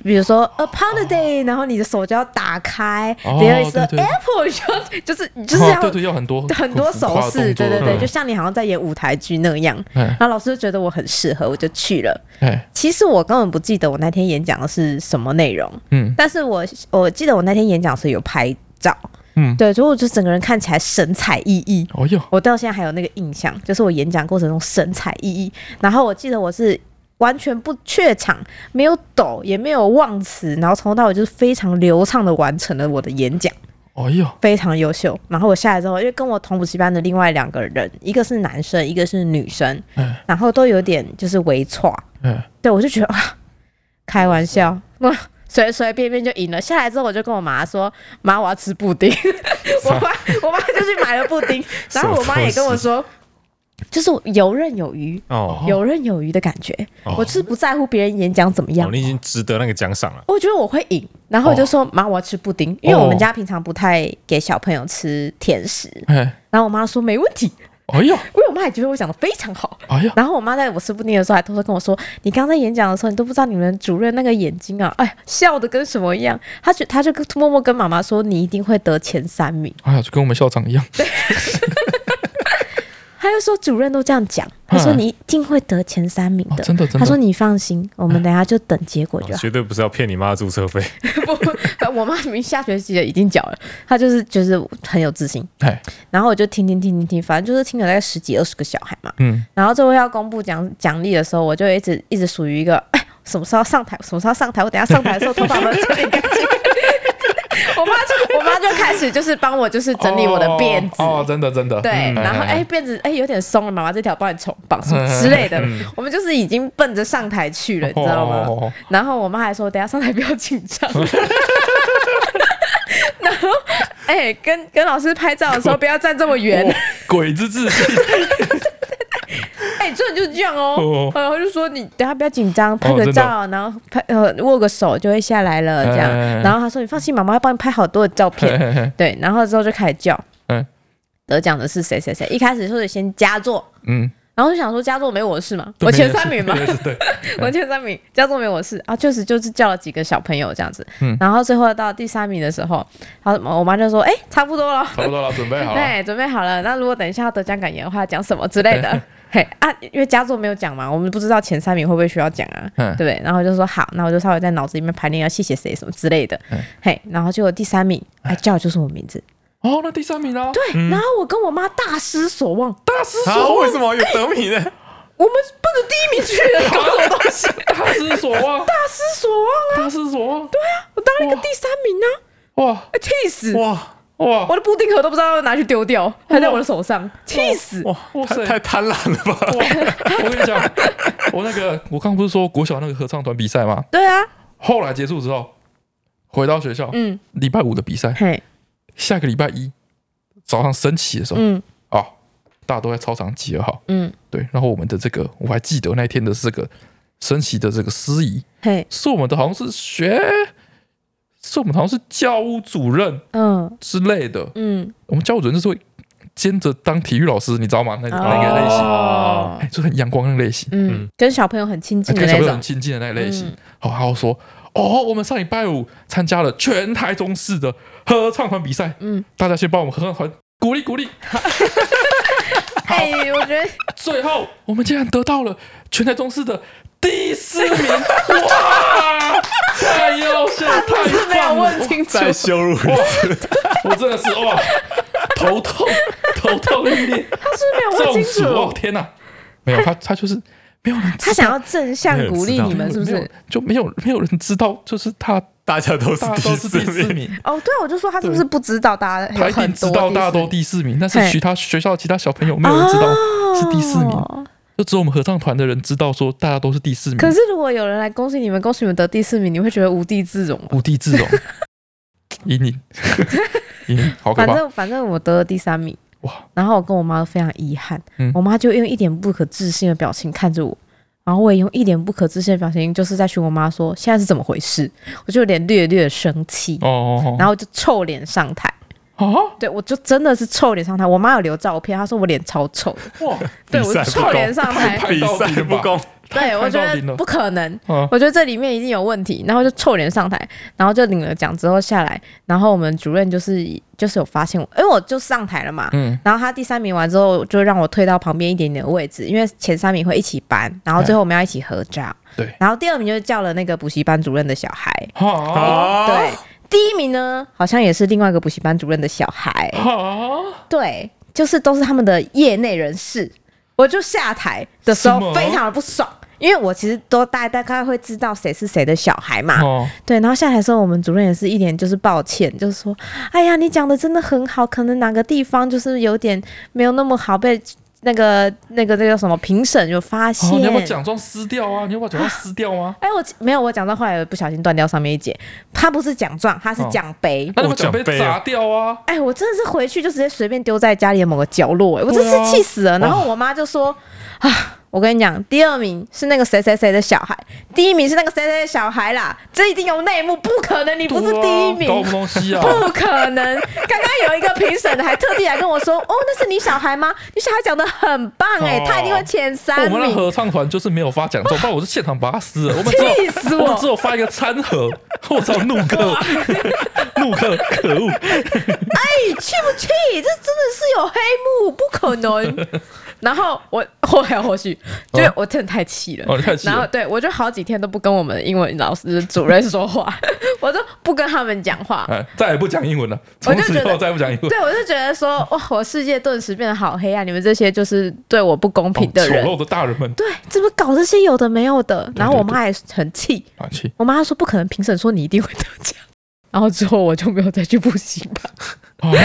D: 比如说 upon a day，然后你的手就要打开，
B: 哦
D: 然后是
B: 对对
D: apple，就 就是 你就是
B: 哦
D: 要
B: 对对，要很多
D: 很多手势，对对对，
B: 嗯
D: 就像你好像在演舞台剧那样。
B: 哎
D: 然后老师就觉得我很适合，我就去了。
B: 哎，
D: 其实我根本不记得我那天演讲的是什么内容，
B: 嗯
D: 但是我我记得我那天演讲是有拍照，
B: 嗯，
D: 对，所以我就整个人看起来神采奕奕。
B: 哦哟，
D: 我到现在还有那个印象，就是我演讲过程中神采奕奕。然后我记得我是完全不怯场，没有抖，也没有忘词，然后从头到尾就是非常流畅的完成了我的演讲，
B: 哦哟，
D: 非常优秀。然后我下来之后，因为跟我同补习班的另外两个人，一个是男生，一个是女生，
B: 嗯
D: 然后都有点就是微挫，
B: 哎，
D: 对，我就觉得啊，开玩笑，哇， 随随便便就赢了。下来之后，我就跟我妈说：“妈，我要吃布 丁。”我妈我妈就去买了布丁，然后我妈也跟我说，就是游刃有余，
C: 哦，
D: 游刃有余的感觉。
C: 哦
D: 我是不在乎别人演讲怎么样
C: 哦，，你已经哦值得那个奖赏了。
D: 我觉得我会赢。然后我就说：“妈，我要吃布丁，因为我们家平常不太给小朋友吃甜食。
B: 哎，”
D: 然后我妈说：“没问题。”
B: 哎呦，
D: 因为我妈也觉得我讲的非常好。
B: 哎呦，
D: 然后我妈在我吃布丁的时候还偷偷跟我说：“你刚才演讲的时候，你都不知道你们主任那个眼睛啊，哎呀，笑的跟什么一样。”她就她就跟默默跟妈妈说：“你一定会得前三名。
B: 哎呀，就跟我们校长一样，”
D: 她就说：“主任都这样讲，她说
B: 嗯
D: 你一定会得前三名
B: 哦
D: 的。
B: 真的真的嗯
D: 她说：“你放心，我们等一下就等结果
C: 哦
D: 就好。
C: 绝对不是要骗你妈的注册费，
D: 不，我妈明明下学期也已经缴了，她就是就是很有自信。
B: 哎，
D: 然后我就听听听听听，反正就是听了大概十几二十个小孩嘛。
B: 嗯，
D: 然后最后要公布奖奖励的时候，我就一直一直属于一个， 哎，什么时候要上台？什么时候要上台？我等一下上台的时候头发有没有整理干净？我妈就我妈就开始就是帮我就是整理我的辫子。
B: 哦，哦真的真的，
D: 对，
B: 嗯
D: 然后哎，，辫子哎有点松了，妈妈这条帮你重绑什么之类的，我们就是已经奔着上台去了，你知道吗？
B: 嗯哦
D: 然后我妈还说，等一下上台不要紧张。 然后，哎、跟跟老师拍照的时
B: 哦
D: 候不要站这么远。
B: 鬼之自信，
D: 哎、真的就是这样哦
B: 哦。
D: 然后就说你等下不要紧张，拍个
B: 真的
D: 照，然后拍呃握个手就会下来了这样
B: 哎哎哎。
D: 然后他说你放心，妈妈会帮你拍好多的照
B: 嘿
D: 片。
B: 嘿嘿
D: 对，然后之后就开始叫
B: 哎，
D: 得奖的是谁谁谁。一开始说是先佳作，
B: 嗯，
D: 然后就想说佳作没我的事嘛，
B: 对
D: 我前三名嘛
B: 没。人是对，
D: 我前三名，叫做没我事啊，确实就是叫了几个小朋友这样子，
B: 嗯
D: 然后最后到第三名的时候，然后我妈就说，哎、差不多了，
B: 差不多了，准备好啊了，
D: 对，准备好了，那如果等一下要得奖感言的话，讲什么之类的，嘿啊，因为佳作没有讲嘛，我们不知道前三名会不会需要讲啊，
B: 嗯
D: 对不对？然后我就说好，那我就稍微在脑子里面排练要谢谢谁什么之类的，嘿，然后结果第三名，哎，叫的就是我名字，
B: 哦，那第三名啦，对，
D: 对，然后我跟我妈大失所望，
B: 大失
C: 啊，
B: 所
C: 为
B: 望，
C: 什么有得名呢？
D: 我们奔着第一名去的，搞什么东西？
B: 大失所望，
D: 大失所望啊！
B: 大失所望，
D: 我当了一个第三名啊！
B: 哇
D: 哎气死！
C: 哇
B: 哇
D: 我的布丁盒都不知道要拿去丢掉，还在我的手上，气死！
C: 哇，
B: 哇塞
C: 太太贪婪了吧！
B: 哇！我跟你讲，我那个我刚不是说国小那个合唱团比赛吗？
D: 对啊，
B: 后来结束之后，回到学校，
D: 嗯，
B: 礼拜五的比赛，
D: 嘿，
B: 下个礼拜一早上升旗的时候，
D: 嗯
B: 啊，大家都在操场集合好，
D: 嗯，
B: 对，然后我们的这个我还记得那天的这个升旗的这个司仪，
D: 嘿，
B: 是我们的好像是学，是我们好像是教务主任
D: 嗯
B: 之类的，
D: 嗯，
B: 我们教务主任就是会兼着当体育老师，你知道吗？那个、那个类型，
D: 哦
B: 哎，就很阳光的类型。啊
D: 嗯，跟小朋友很亲近的
B: 跟小
D: 那
B: 朋友很
D: 种，
B: 亲近的那一类型。
D: 嗯
B: 好，然后说，哦，我们上礼拜五参加了全台中市的合唱团比赛，
D: 嗯
B: 嗯，大家先帮我们合唱团鼓励鼓励。
D: 哎，我觉得
B: 最后，我们竟然得到了全台中市的第四名，哇！太优秀，
D: 是没
B: 太
D: 有
B: 棒了！
D: 问清楚，
C: 再羞辱
B: 哇，我真的是哇，头痛，头痛欲裂，
D: 他是没有
B: 中
D: 问
B: 暑
D: 清
B: 哦！
D: 楚，
B: 天哪，没有他，他就是没有人知
D: 他想要正向鼓励你
B: 道，
D: 们，是不
B: 没有
D: 是？？
B: 就没有没有人知道，就是他
C: 大家都是
B: 大家
C: 第
B: 都是第
C: 四
B: 四
C: 名，
B: 名，
D: 哦，对啊，我就说他是不是不知道大家
B: 他
D: 有
B: 一定
D: 很
B: 知
D: 多
B: 道大家都
D: 第
B: 第四名，但
D: 嘿啊
B: 是其他学校其他小朋友没有人知道是第四名，嗯
D: 哦
B: 就只有我们合唱团的人知道说大家都是第四名，
D: 可是如果有人来恭喜你们，恭喜你们得第四名，你会觉得无地自容吗？
B: 无地 自容，赢 你，赢你，好可
D: 反
B: 怕！
D: 正反正我得了第三名，
B: 哇，
D: 然后我跟我妈都非常遗憾，
B: 嗯
D: 我妈就用一脸不可置信的表情看着我，然后我也用一脸不可置信的表情，就是在询我妈说现在是怎么回事，我就有点略略生气，
B: 哦哦
D: 然后我就臭脸上台，
B: 哦
D: 对我就真的是臭脸上台，我妈有留照片，她说我脸超臭，
B: 啊哇，
D: 对
C: 比
D: 我
C: 赛不
D: 臭
C: 公
D: 脸上台，
B: 太
C: 比赛不公，
D: 对我
B: 太
D: 觉
B: 到
D: 得
B: 顶了
D: 不可能，
B: 嗯
D: 我觉得这里面一定有问题，然后就臭脸上台，然后就领了奖之后下来，然后我们主任就是就是有发现我，因为我就上台了嘛，
B: 嗯
D: 然后他第三名完之后就让我退到旁边一点点的位置，因为前三名会一起搬，然后最后我们要一起合照，
B: 对
D: 然后第二名就是叫了那个补习班主任的小孩，
B: 好
C: 啊
D: 哦对，，第一名呢好像也是另外一个补习班主任的小孩，
B: 好，
D: 对，就是都是他们的业内人士。我就下台的时
B: 什
D: 候
B: 么
D: 非常的不爽，因为我其实都大大概会知道谁是谁的小孩嘛。
B: 哦
D: 对，然后下台的时候，我们主任也是一脸就是抱歉，就是说，哎呀，你讲的真的很好，可能哪个地方就是有点没有那么好被那个那个那个叫什么评审有发现。
B: 哦，你要把奖状撕掉啊！你要把奖状撕掉 啊！
D: 哎，我没有，我奖状后来不小心断掉上面一截，它不是奖状，它是
B: 哦
D: 奖杯。
B: 那你
C: 哦
B: 把奖杯
C: 奖杯
B: 砸掉啊！
D: 哎，我真的是回去就直接随便丢在家里的某个角落、哎，我真
B: 啊
D: 是气死了。然后我妈就说：“啊，我跟你讲，第二名是那个谁谁谁的小孩，第一名是那个谁谁的小孩啦，这一定有内幕，不可能你不是
B: 对啊
D: 第一
B: 搞
D: 名
B: 什。么东西啊？
D: 不可能！刚刚有一个评审还特地来跟我 说：“哦，那是你小孩吗？你小孩讲的很棒哎、
B: 哦
D: 他一定会前
B: 我
D: 三
B: 们那
D: 名。
B: 合唱团就是没有发奖 状，不然我是现场把它撕了。我”们只有
D: 气死
B: 我
D: 我
B: 们！只有发一个餐 盒，我操，怒客，怒客，可恶！
D: 你气不气？这真的是有黑幕，不可 能。然后我后来后续，就是
B: 哦
D: 我真的太气了。
B: 哦，你太气
D: 然后
B: 了。
D: 对我就好几天都不跟我们英文老师主任说话， 我都不跟他们讲话。
B: 哎，再也不讲英文了，
D: 我
B: 从
D: 就
B: 此以
D: 觉得
B: 后再也不讲英文。
D: 对，我就觉得说，哇，我世界顿时变得好黑暗！啊你们这些就是对我不公平的
B: 哦丑
D: 人，
B: 陋的大人们，
D: 对，怎么搞这些有的没有的？然后我
B: 对对
D: 妈还很气，
B: 啊，气
D: 我妈说不可能，评审说你一定会得奖。然后之后我就没有再去补习 班，
B: 啊！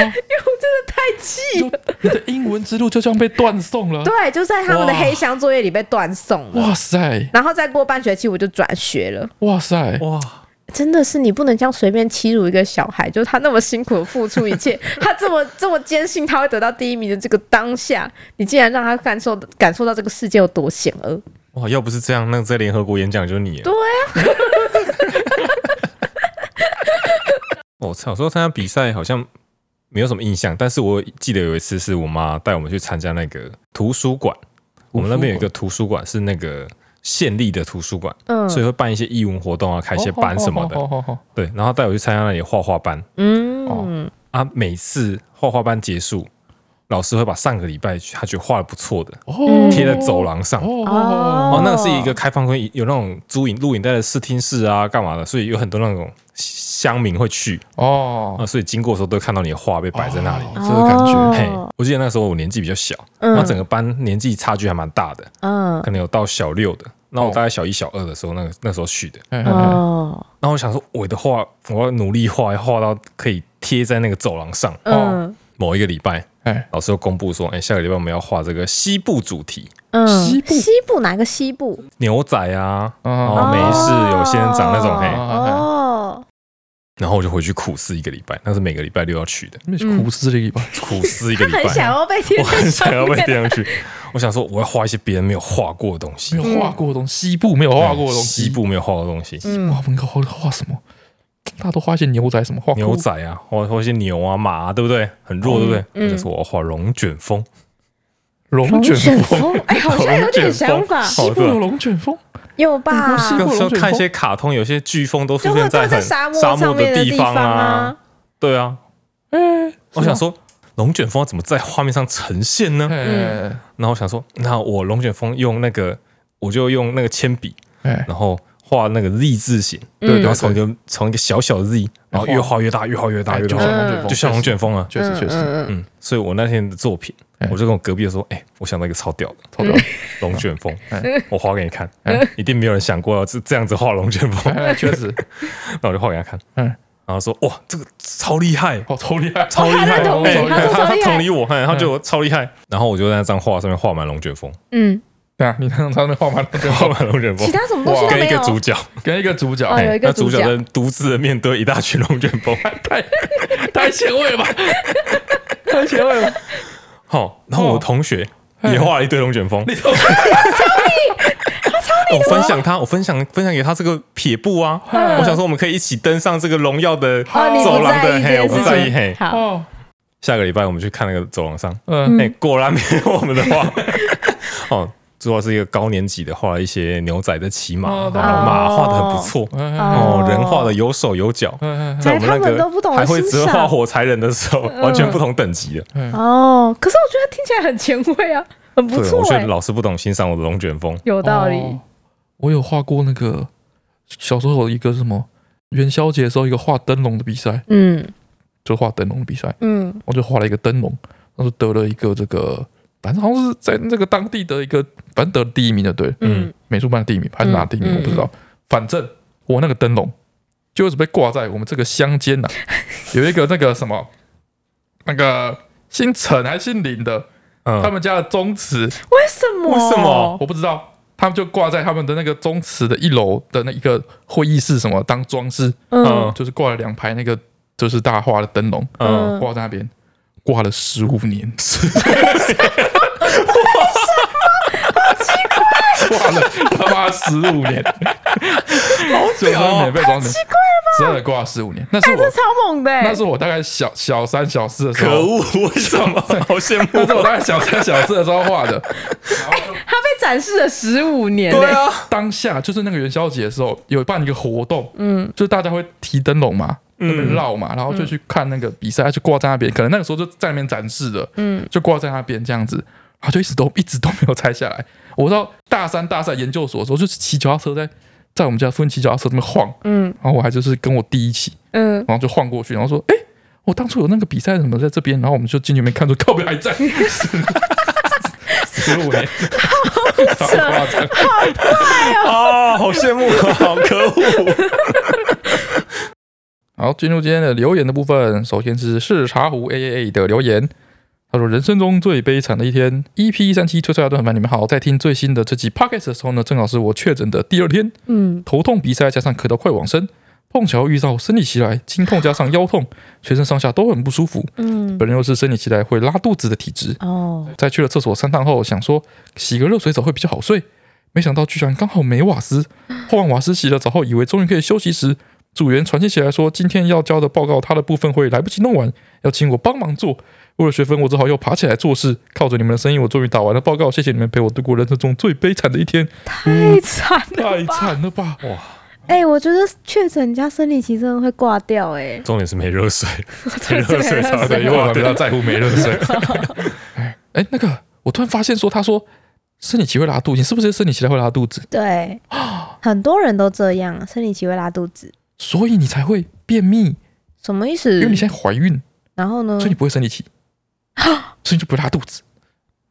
D: 太气
B: 就
D: 了。
B: 你的英文之路就这样被断送了。
D: 对，就在他们的
B: 哇
D: 黑箱作业里被断送了。
B: 哇塞，
D: 然后再过半学期我就转学了。
B: 哇塞，
C: 哇，
D: 真的是你不能这样随便欺辱一个小孩，就是他那么辛苦的付出一 切，他这么这么坚信他会得到第一名的这个当下，你竟然让他感受感受到这个世界有多险恶。
C: 哇，要不是这样，那在联合国演讲就是你了。
D: 对
C: 啊。我哦小时候参加比赛好像没有什么印象，但是我记得有一次是我妈带我们去参加那个图书馆，我们那边有一个图书馆是那个县立的图书馆，
D: 嗯
C: 所以会办一些义文活动啊，开一些班什么的。
B: 哦哦哦哦哦哦
C: 对，然后带我去参加那里的画画班
D: 嗯，
C: 啊，每次画画班结束，老师会把上个礼拜他觉得画的不错的
D: 嗯
B: 哦
C: 贴在走廊上。
B: 哦哦哦
C: 哦，那个是一个开放空间，有那种租影录影带的试听室啊，干嘛的，所以有很多那种乡民会去
B: 哦哦
C: 啊，所以经过的时候都看到你的画被摆在那里。
B: 哦这个感
D: 哦
B: 觉
C: 嘿，我记得那时候我年纪比较小，然后整个班年纪差距还蛮大的，
D: 嗯
C: 可能有到小六的，那我大概小一小二的时候，那个那时候去的。
B: 哎，哎哎
D: 哦
C: 然后我想说，我的画我要努力画，要画到可以贴在那个走廊上。
D: 嗯
C: 某一个礼拜，
B: 哎，
C: 老师又公布说，哎，下个礼拜我们要画这个西部主题，
D: 嗯，
B: 西部
D: 西部哪个西部？
C: 牛仔啊，
B: 哦
C: 然后美式有仙人掌那种，嘿。
D: 哦，
C: 然后我就回去苦思一个礼拜，那是每个礼拜六要去的，
B: 那是苦思了一把，
C: 苦思一个
D: 他
C: 礼拜。
D: 很想要被 贴
C: 我很
D: 在
C: 想
D: 上
C: 要被
D: 面，
C: 贴上去，我想说我要画一些别人没有画过的东
D: 嗯
C: 西嗯
B: 没，有画过的东西，西部没有画过的东西，
C: 西部没有画过的东西，
D: 嗯
B: 哇，我们画画什么？大家都画一些牛仔什么画
C: 牛仔啊，画画一些牛啊、马啊，对不对？很弱，对不对？
D: 嗯
C: 我就说我要画龙卷风，
B: 龙卷风，
D: 风， 哎，好像有点想法，
B: 西部有龙卷风，
D: 有吧？
B: 西部
C: 跟
B: 龙卷风
C: 看一些卡通，有些飓风都
D: 就
C: 出
D: 会
C: 现
D: 都
C: 很
D: 在沙漠
C: 沙
D: 上
C: 漠
D: 面的
C: 地
D: 方
C: 啊，，对啊。
B: 哎，
C: 我想说龙卷风要怎么在画面上呈现
D: 嗯
C: 呢？
B: 哎
C: 然后我想说，那我龙卷风用那个，我就用那个铅笔，
B: 哎，
C: 然后画那个 Z 字形，
D: 对对
C: 然后从一个从一个小小的 Z，然后越画越大，越画越大，越
B: 哎就
C: 画
B: 像
C: 越大，
B: 龙卷风，
C: 就像龙，卷风啊。
B: 确实确实，
D: 嗯
C: 嗯，所以我那天的作品
B: 哎，
C: 我就跟我隔壁的说，哎，我想到一个超屌的
B: 超屌，
C: 龙卷风
B: 哎，
C: 我画给你看
B: 哎，
C: 一定没有人想过要这这样子画龙卷风，
D: 嗯
B: 哎，确实，
C: 那我就画给他看，
B: 哎
C: 然后说，哇，这个超厉害。
B: 哦，超厉害，
C: 超厉害！
D: 他认同你
C: 哎
D: 他说
C: 他
D: 超厉害
C: 同理我，哎他就超厉害。然后我就在那张画上面画满龙卷风，
D: 嗯，
B: 对啊，你看他那画完龙卷
C: 画
B: 风，
C: 满龙卷风
D: 其，他什么东西
B: 哇
D: 都
C: 跟一
D: 没
C: 个
D: 有。
C: 主角，哎
B: 跟一个主角，
D: 哦有一个
C: 那
D: 主
C: 主
D: 角
C: 角在独自的面对一大群龙卷 风，
B: 太太前卫了吧，太前卫了，
C: 好，然
D: 哦
C: 后我同学也画了一堆龙卷风，哎
B: 你 都
C: 我分享他，我分享分享给他这个撇步啊，我想说我们可以一起登上这个荣耀的
D: 哦，你
C: 走
D: 不
C: 廊
D: 在
C: 的，
D: 意这
C: 嘿，
D: 件
C: 我
D: 事
C: 不
D: 情。
C: 在意，嘿，
D: 好，
B: 哦，
C: 下个礼拜我们去看那个走廊上，
B: 嗯，
C: 哎，果然没有我们的画， 哦。主要是一个高年级的，画了一些牛仔的骑马，
B: 哦
C: 然后马画的很不错，
B: 嗯
C: 哦，人画的有手有脚，
B: 嗯
C: 在我们那
D: 哎他们都不
C: 个
D: 懂得
C: 还会
D: 欣
C: 只会
D: 赏
C: 画火柴人的时候，
D: 嗯
C: 完全不同等级的。
D: 哦，可是我觉得听起来很前卫啊，很 不
C: 对，
D: 错
C: 我觉
D: 哎、
C: 得老师不懂欣赏我的龙卷风，
D: 有道理。
B: 哦我有画过那个小时候有一个什么元宵节的时候一个画灯笼的比赛，
D: 嗯
B: 就画灯笼的比赛，
D: 嗯，
B: 我就画了一个灯笼，然后就得了一个这个，反正好像是在那个当地的一个，反正得了第一名的，对，
D: 嗯，
B: 美术班的第一名还是哪第一名、
D: 嗯
B: 我不知道，反正我那个灯笼就是被挂在我们这个乡间 呐、有一个那个什么那个姓陈还姓林的。
C: 嗯
B: 他们家的宗祠，
D: 为什么？
C: 为什么？
B: 我不知道，他们就挂在他们的那个宗祠的一楼的那一个会议室什么当装饰，
D: 嗯
C: 嗯
B: 就是挂了两排那个就是大画的灯笼
C: 嗯，
D: 嗯，
B: 挂在那边，挂了十五 年，挂了他妈十五年，好
C: 屌哦
B: 免费装的，真的挂了十五年，那是
C: 哎
B: 我
D: 这超猛的欸，
B: 那是我大概小小三小四的时
C: 可
B: 候，
C: 恶，为什么？好羡慕
B: 那是我大概小三小四的时候画的。
D: 他被展示了十五年欸，
C: 对啊，
B: 当下就是那个元宵节的时候，有办一个活动，
D: 嗯，
B: 就是大家会提灯笼嘛，那边
C: 嗯，
B: 绕嘛，然后就去看那个比赛，就挂在那边。可能那个时候就在那边展示的，
D: 嗯，
B: 就挂在那边这样子，然后就一直都 一直都没有拆下来。我到大三、大三研究所的时候，就是骑脚踏车在在我们家附近骑脚踏车那边晃，
D: 嗯
B: 然后我还就是跟我弟一起，
D: 嗯，
B: 然后就晃过去，然后说：“哎、我当初有那个比赛什么在这边。”然后我们就进去里面看，说靠边还在，十五年，好夸张。
C: 啊，好羡慕，好可恶，
B: 好，进入今天的留言的部分，首先是视茶壶 A A A 的留言。他说：“人生中最悲惨的一天，EP 一三七推出来的很烦，你们好。在听最新的这集 Podcast 的时候呢，正好是我确诊的第二天，
D: 嗯，
B: 头痛、鼻塞加上咳到快往生，碰巧遇到生理期来，经痛加上腰痛，全身上下都很不舒服。
D: 嗯，
B: 本人又是生理期来会拉肚子的体质，
D: 哦，
B: 在去了厕所三趟后，想说洗个热水澡会比较好睡，没想到居然刚好没瓦斯。换完瓦斯洗了澡后，以为终于可以休息时，组员传信起来说今天要交的报告他的部分会来不及弄完，要请我帮忙做。为了学分，我只好又爬起来做事。靠着你们的声音，我终于打完了报告。谢谢你们陪我度过人生中最悲惨的一天，
D: 太惨
B: 太
D: 了吧！
B: 惨了吧！
D: 哎、我觉得确诊加生理期真的会挂掉哎、
C: 重点是没热水，没热
D: 热水
C: 水
D: 才
C: 才
D: 会
C: 会
B: 因为我
C: 挂
B: 们比较
C: 掉。
B: 在乎没热水。哎哎，那个，我突然发现说，他说生理期会拉肚子，你是不是生理期才会拉肚子？
D: 对，很多人都这样，生理期会拉肚子，
B: 所以你才会便秘，
D: 什么意思
B: 因为？你现在怀孕，
D: 然后呢
B: 所以？你不会生理 期，所以你就不会拉肚子。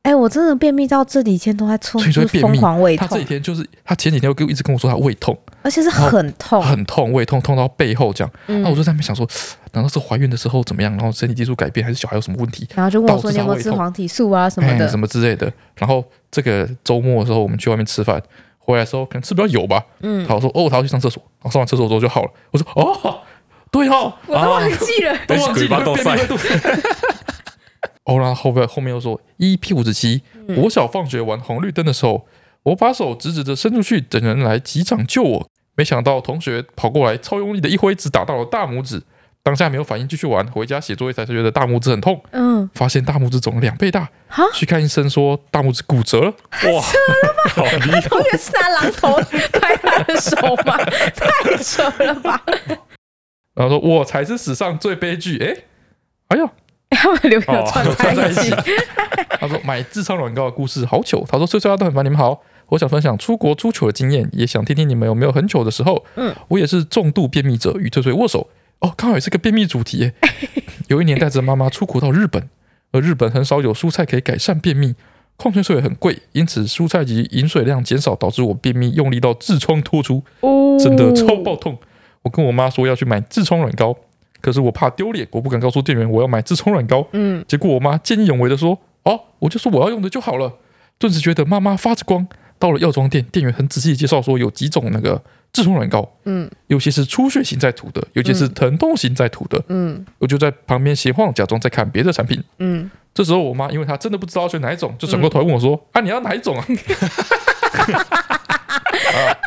D: 哎、我真的便秘到这几天都在冲，
B: 所以就会
D: 就是
B: 便秘
D: 疯狂胃
B: 他这几
D: 痛，
B: 天就是他前几天又跟我一直跟我说他胃痛，
D: 而且是很痛。
B: 很痛，胃痛痛到背后这样。
D: 嗯
B: 那我就在那边想说，难道是怀孕的时候怎么样？然后身体激素改变，还是小孩有什么问题？
D: 然后就问我说：“
B: 导致
D: 你
B: 他
D: 有没有吃
B: 胃痛
D: 黄体素啊什么
B: 哎
D: 的
B: 什么之类的。然后这个周末的时候，我们去外面吃饭，回来的时候可能吃比较油吧。？”
D: 嗯，
B: 他说：“哦，他要去上厕所。”然后上完厕所之后就好了。我说：“哦，对哦，
D: 我都忘记了。
B: 都忘记
C: 哎鬼
B: 了
C: 巴豆塞
B: 便秘会肚子 哦，然后后边后面又说，EP 五十七，
D: 嗯
B: 我小放学玩红绿灯的时候，我把手直直的伸出去，等人来击掌救我。没想到同学跑过来，超用力的一挥，只打到了大拇指。当下没有反应，继续玩。回家写作业才觉得大拇指很痛，
D: 嗯，
B: 发现大拇指肿了两倍大
D: 哈。
B: 去看医生说大拇指骨折了。
C: 哇，好厉害！
D: 同学是拿榔头拍他的手 吗？太扯了吧！
B: 然后说我才是史上最悲剧。诶，哎呦，
D: 他们留言有串在
B: 在
D: 一
B: 一
D: 起
B: 起。他说买痔疮软膏的故事好糗。他说翠翠阿都很烦你们好，我想分享出国出糗的经验，也想听听你们有没有很糗的时候。
D: 嗯，
B: 我也是重度便秘者，与翠翠握手。哦，刚好也是个便秘主 题耶。有一年带着妈妈出国到日本，而日本很少有蔬菜可以改善便秘，矿泉水也很贵，因此蔬菜及饮水量减少，导致我便秘用力到痔疮脱出。
D: 哦
B: 真的超爆痛。我跟我妈说要去买痔疮软膏，可是我怕丢脸，我不敢告诉店员我要买痔疮软膏。
D: 嗯，
B: 结果我妈见义勇为的说：“哦，我就说我要用的就好了。”顿时觉得妈妈发着光。到了药妆店，店员很仔细地介绍说有几种那个痔疮软膏，
D: 嗯
B: 有些是出血型在涂的，有些是疼痛型在涂的。
D: 嗯
B: 我就在旁边闲晃，假装在看别的产品。
D: 嗯，
B: 这时候我妈因为她真的不知道要选哪一种，就转过头来问我说：“啊，你要哪一种啊？”啊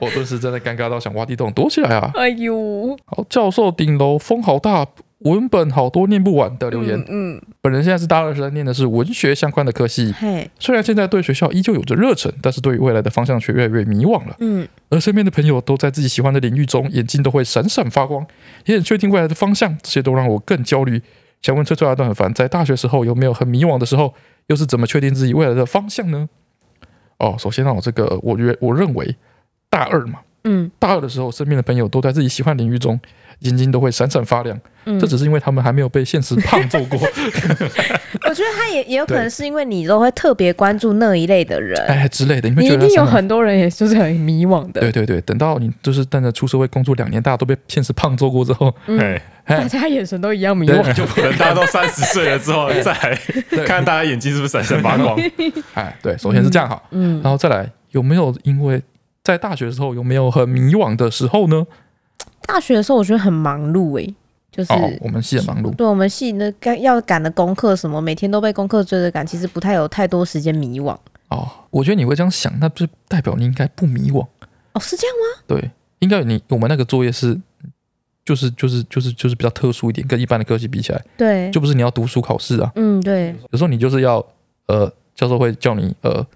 B: 我顿时真的尴尬到想挖地洞躲起来啊！
D: 哎呦，
B: 好，教授顶楼风好大，文本好多念不完的留言。
D: 嗯，
B: 本人现在是大二生，念的是文学相关的科系。
D: 嘿，
B: 虽然现在对学校依旧有着热忱，但是对于未来的方向却越来越迷惘了。
D: 嗯，
B: 而身边的朋友都在自己喜欢的领域中，眼睛都会闪闪发光，也很确定未来的方向，这些都让我更焦虑。想问翠翠阿段很烦，在大学时候有没有很迷惘的时候，又是怎么确定自己未来的啊方向呢？哦，首先让我这个，我觉我认为大二嘛，
D: 嗯
B: 大大二的时候，身边的朋友都在自己喜欢的领域中，眼睛都会闪闪发亮。
A: 嗯
B: 这只是因为他们还没有被现实 胖揍 过。
A: 我觉得他也也有
B: 可能对
A: 是因为你都会特别关注那一类的人
B: 哎之类的，你会
D: 你
B: 觉
D: 一
B: 得
D: 定
B: 什
D: 有
B: 么
D: 很多人也就是很迷惘的，
B: 对对对，等到你就是等着出社会工作两年，大家都被现实胖揍过之后，
C: 哎，
D: 大家眼神都一样迷
B: 对
D: 惘。
B: 你就
C: 等大家都三十岁了之后，再来
B: 对
C: 看大家眼睛是不是闪闪发光。
B: 哎对，首先是这样好，
D: 嗯
B: 然，后再来有没有因为在大学的时候有没有很迷惘的时候呢？
D: 大学的时候我觉得很忙碌诶、就是、
B: 哦，我们系也忙碌，
D: 对我们系那该要赶的功课什么，每天都被功课追着赶，其实不太有太多时间迷惘。
B: 哦，我觉得你会这样想，那就代表你应该不迷惘。
D: 哦，是这样吗？
B: 对，应该你我们那个作业是，就是就是就是就是比较特殊一点，跟一般的科系比起来，
D: 对，
B: 就不是你要读书考试啊，
D: 嗯对，
B: 有时候你就是要呃，教授会叫你呃，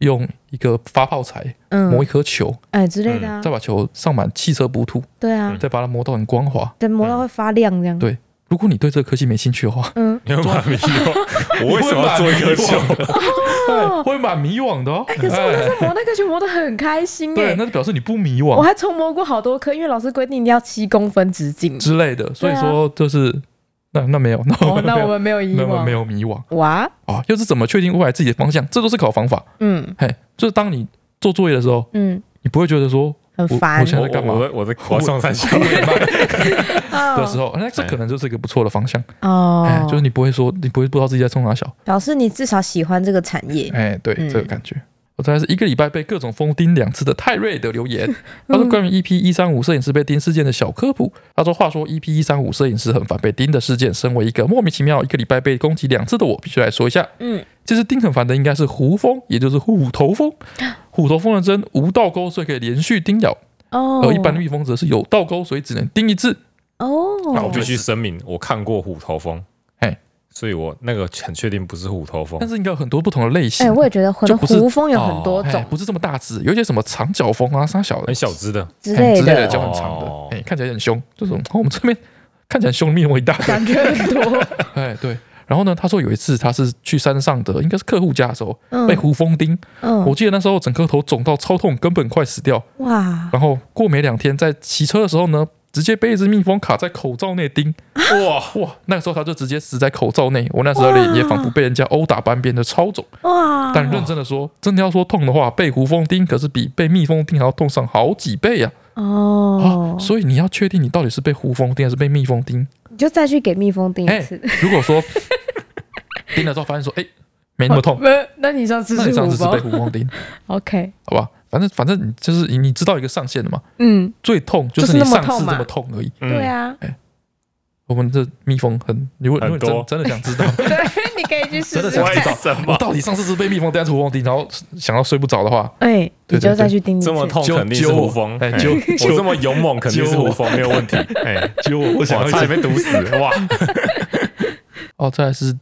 B: 用一个发泡材磨一嗯
D: 嗯，
B: 颗球，
D: 哎之类的啊
B: 再，把球上满汽车补土，
D: 对啊
C: 嗯，
B: 再把它磨到很光滑。
D: 等磨到会发亮这样。
B: 嗯对如果你对这个科系没兴趣的话，
D: 嗯，
C: 你会蛮迷惑，我为什么要做 一颗球？
B: 哎会蛮迷惘的哦。
D: 哦哎，可是我那时候磨那个球磨得很开心
B: 对，
D: 哎、
B: 那就表示你不迷
D: 我
B: 惘
D: 还重磨过好多颗，因为老师规定一定要七公分直径。
B: 之类的，所以
D: 对啊
B: 说就是那那没有，那我
D: 哦，
B: 们没
D: 那我
B: 有，
D: 们没有遗
B: 那我
D: 忘，
B: 们没有迷惘
D: 哇，
B: 啊，又是怎么确定未来自己的方向？这都是考方法。
D: 嗯
B: 嘿，就是当你做作业的时候，
D: 嗯，
B: 你不会觉得说
D: 很
B: 我
D: 烦
B: 我现在
C: 我
B: 在干嘛
C: 我我在我上山下
B: 的
D: 的
B: 时候，那这
C: 哎
B: 可能就是一个不错的方向。哎
D: 哦，，
B: 就是你不会说，你不会不知道自己在冲哪小。
D: 表示你至少喜欢这个产业。
B: 哎，对，
D: 嗯
B: 这个感觉。我大概是一个礼拜被各种封钉两次的泰瑞的留 言，他说
D: 嗯
B: 关于 EP 一三五摄影师被钉事件的小科普。他说，话说 EP 一三五摄影师很烦被钉的事件，身为一个莫名其妙一个礼拜被攻击两次的我，必须来说一下。
D: 嗯，
B: 其实钉很烦的应该是胡蜂，也就是虎头 蜂。虎头蜂的针无倒钩，所以可以连续叮咬，
D: 哦，
B: 而一般的蜜蜂则是有倒钩，所以只能叮一次。那
D: 哦
B: 我
C: 我，必须声明，我看过虎头蜂，
B: 嘿，
C: 所以我那个很确定不是虎头蜂
B: 但。是应该有很多不同的类型。
D: 哎，我也觉得可
B: 就
D: 能
B: 不是
D: 胡蜂有很多
B: 哎
D: 种
B: 不是这么大只，有一些什么长角蜂啊、啥小的
C: 很小只的，
D: 之类
B: 之类的，
D: 的，
B: 脚很长的，哎、
C: 哦
B: 看起来很凶，就是哦我们这边 看起来很凶，面我一大堆，
D: 感觉很多。
B: 哎，对。然后呢，他说有一次他是去山上的，应该是客户家的时候
D: 嗯
B: 被胡蜂叮，我
D: 嗯，
B: 记得那时候整颗头肿到超痛，根本快死掉。
D: 哇，
B: 然后过没两天，在骑车的时候呢，直接被一只蜜蜂卡在口罩内叮，
C: 哇！
B: 哇，那个时候他就直接死在口罩内。我那时候脸也仿佛被人家殴打般变得超肿。
D: 哇，
B: 但认真的说，真的要说痛的话，被胡蜂叮可是比被蜜蜂叮还要痛上好几倍呀、啊！
D: 哦，
B: 所以你要确定你到底是被胡蜂叮还是被蜜蜂叮。
D: 你就再去给蜜蜂叮一次。
B: 如果 说叮了之后发现说，哎、没那么痛，
D: 不是，那你上次
B: 那
D: 哦是
B: 你上
D: 虎
B: 次是被
D: 蜂
B: 胡蜂叮，
D: ？OK，
B: 好吧？反正反正你就是你你知道一个上限的嘛，
D: 嗯，
B: 最痛就
D: 就是是
B: 你
D: 那么
B: 上次
D: 痛嘛
B: 这么痛而已。
D: 对
C: 嗯，
D: 啊，
B: 我们这蜜蜂很，如果如果
C: 很
B: 你真
C: 多
B: 真的想 知道
D: 对， 你可以去试
B: 真的
D: 试
B: 想
C: 为
B: 知
D: 看。
B: 道
C: 什
B: 我
C: 么
B: 到底上次是被蜜蜂叮还是胡蜂叮，然后想要睡不着的话，
D: 哎，你
B: 对对
D: 就
B: 对
D: 再去叮一次。
C: 这么痛
B: 揪
C: 肯定是
B: 揪我
C: 胡蜂，
B: 哎
C: 哎
B: 揪
C: 我
B: 揪
C: 这么勇猛肯定是
B: 揪我
C: 胡蜂，没有问 题。哎，
B: 结果我
C: 哇，差点被毒死！ 哇，
B: 哦，再来是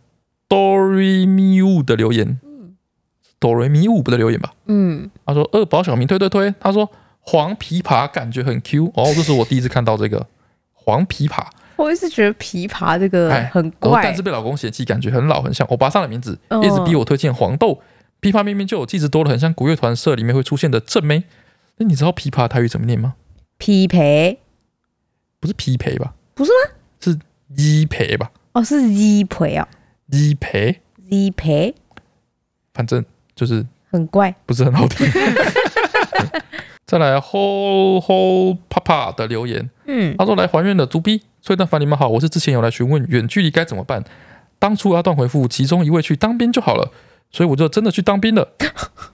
B: 哆瑞咪乌的留言，哆瑞咪乌的留言吧。
D: 嗯，
B: 他说二宝小明推推推，他说黄琵琶感觉很 Q 哦，这是我第一次看到这个黄琵琶，
D: 我一直觉得琵琶这个
B: 哎
D: 呃很
B: 然后
D: 怪
B: 但是，被老公嫌弃，感觉很老，很像欧巴桑的名字，
D: 哦
B: 一直逼我推荐黄豆。琵琶明明就有气质多了，很像古乐团社里面会出现的正妹。那你知道琵琶台语怎么念吗？
D: 匹配
B: 不是匹配吧？
D: 不是
B: 吗？是一陪吧？
D: 哦，是 Z 陪哦
B: 一陪，
D: ，Z 陪
B: 反正就是
D: 很怪。
B: 不是很好 听。再来吼吼啪啪的留言，
D: 嗯，
B: 他说来还愿的猪逼，崔蛋凡你们好，我是之前有来询问远距离该怎么办，当初阿段回复其中一位去当兵就好了，所以我就真的去当兵了。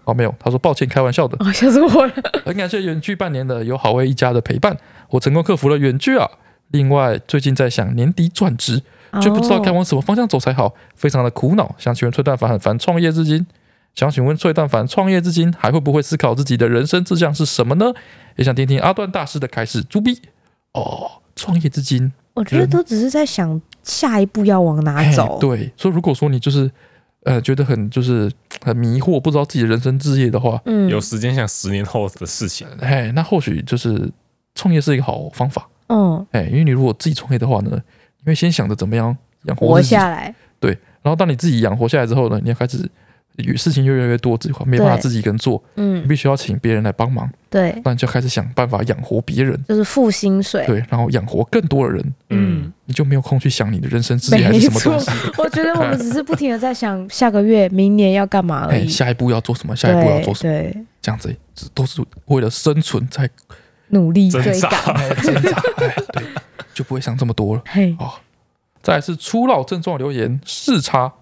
B: 哦，没有，他说抱歉，开玩笑的。
D: 哦，吓死我了。
B: 很感谢远距半年的有好味一家的陪伴，我成功克服了远距啊。另外，最近在想年底转职，
D: 哦
B: 却不知道该往什么方向走才好，非常的苦恼。想请问崔蛋凡很烦创业至今，想请问崔蛋凡创业至今还会不会思考自己的人生志向是什么呢？也想听听阿段大师的开始。猪逼哦，创业至今，
D: 我觉得都只是在想下一步要往哪
B: 哎
D: 走。
B: 对，所以如果说你就是呃觉得很就是很迷惑，不知道自己的人生志业的话，
D: 嗯，
C: 有时间想十年后的事情，
B: 哎，那或许就是创业是一个好方法。
D: 嗯，
B: 哎，因为你如果自己创业的话呢，你会先想着怎么样养活
D: 活
B: 自己，
D: 下来。
B: 然后当你自己养活下来之后呢，你要开始事情就越来越多，自己没办法
A: 对
B: 自己一个人做，你
A: 嗯，
B: 必须要请别人来帮忙，
A: 对，
B: 那你就开始想办法养活别人，
A: 就是付薪水，
B: 对，然后养活更多的人，
C: 嗯，
B: 你就没有空去想你的人生志业还
D: 没
B: 是什么
D: 错
B: 东西，，
D: 我觉得我们只是不停的在想下个月、明年要干嘛而
B: 哎，
D: 已。
B: 下一步要做什么，下
D: 对
B: 一步要做什么，
D: 对，
B: 这样子只都是为了生存在
D: 努力
C: 挣
D: 追赶。
C: 扎，
B: 在挣扎，哎，对，就不会想这么多了。哦
D: 嘿，
B: 再来是初老症状留言视差，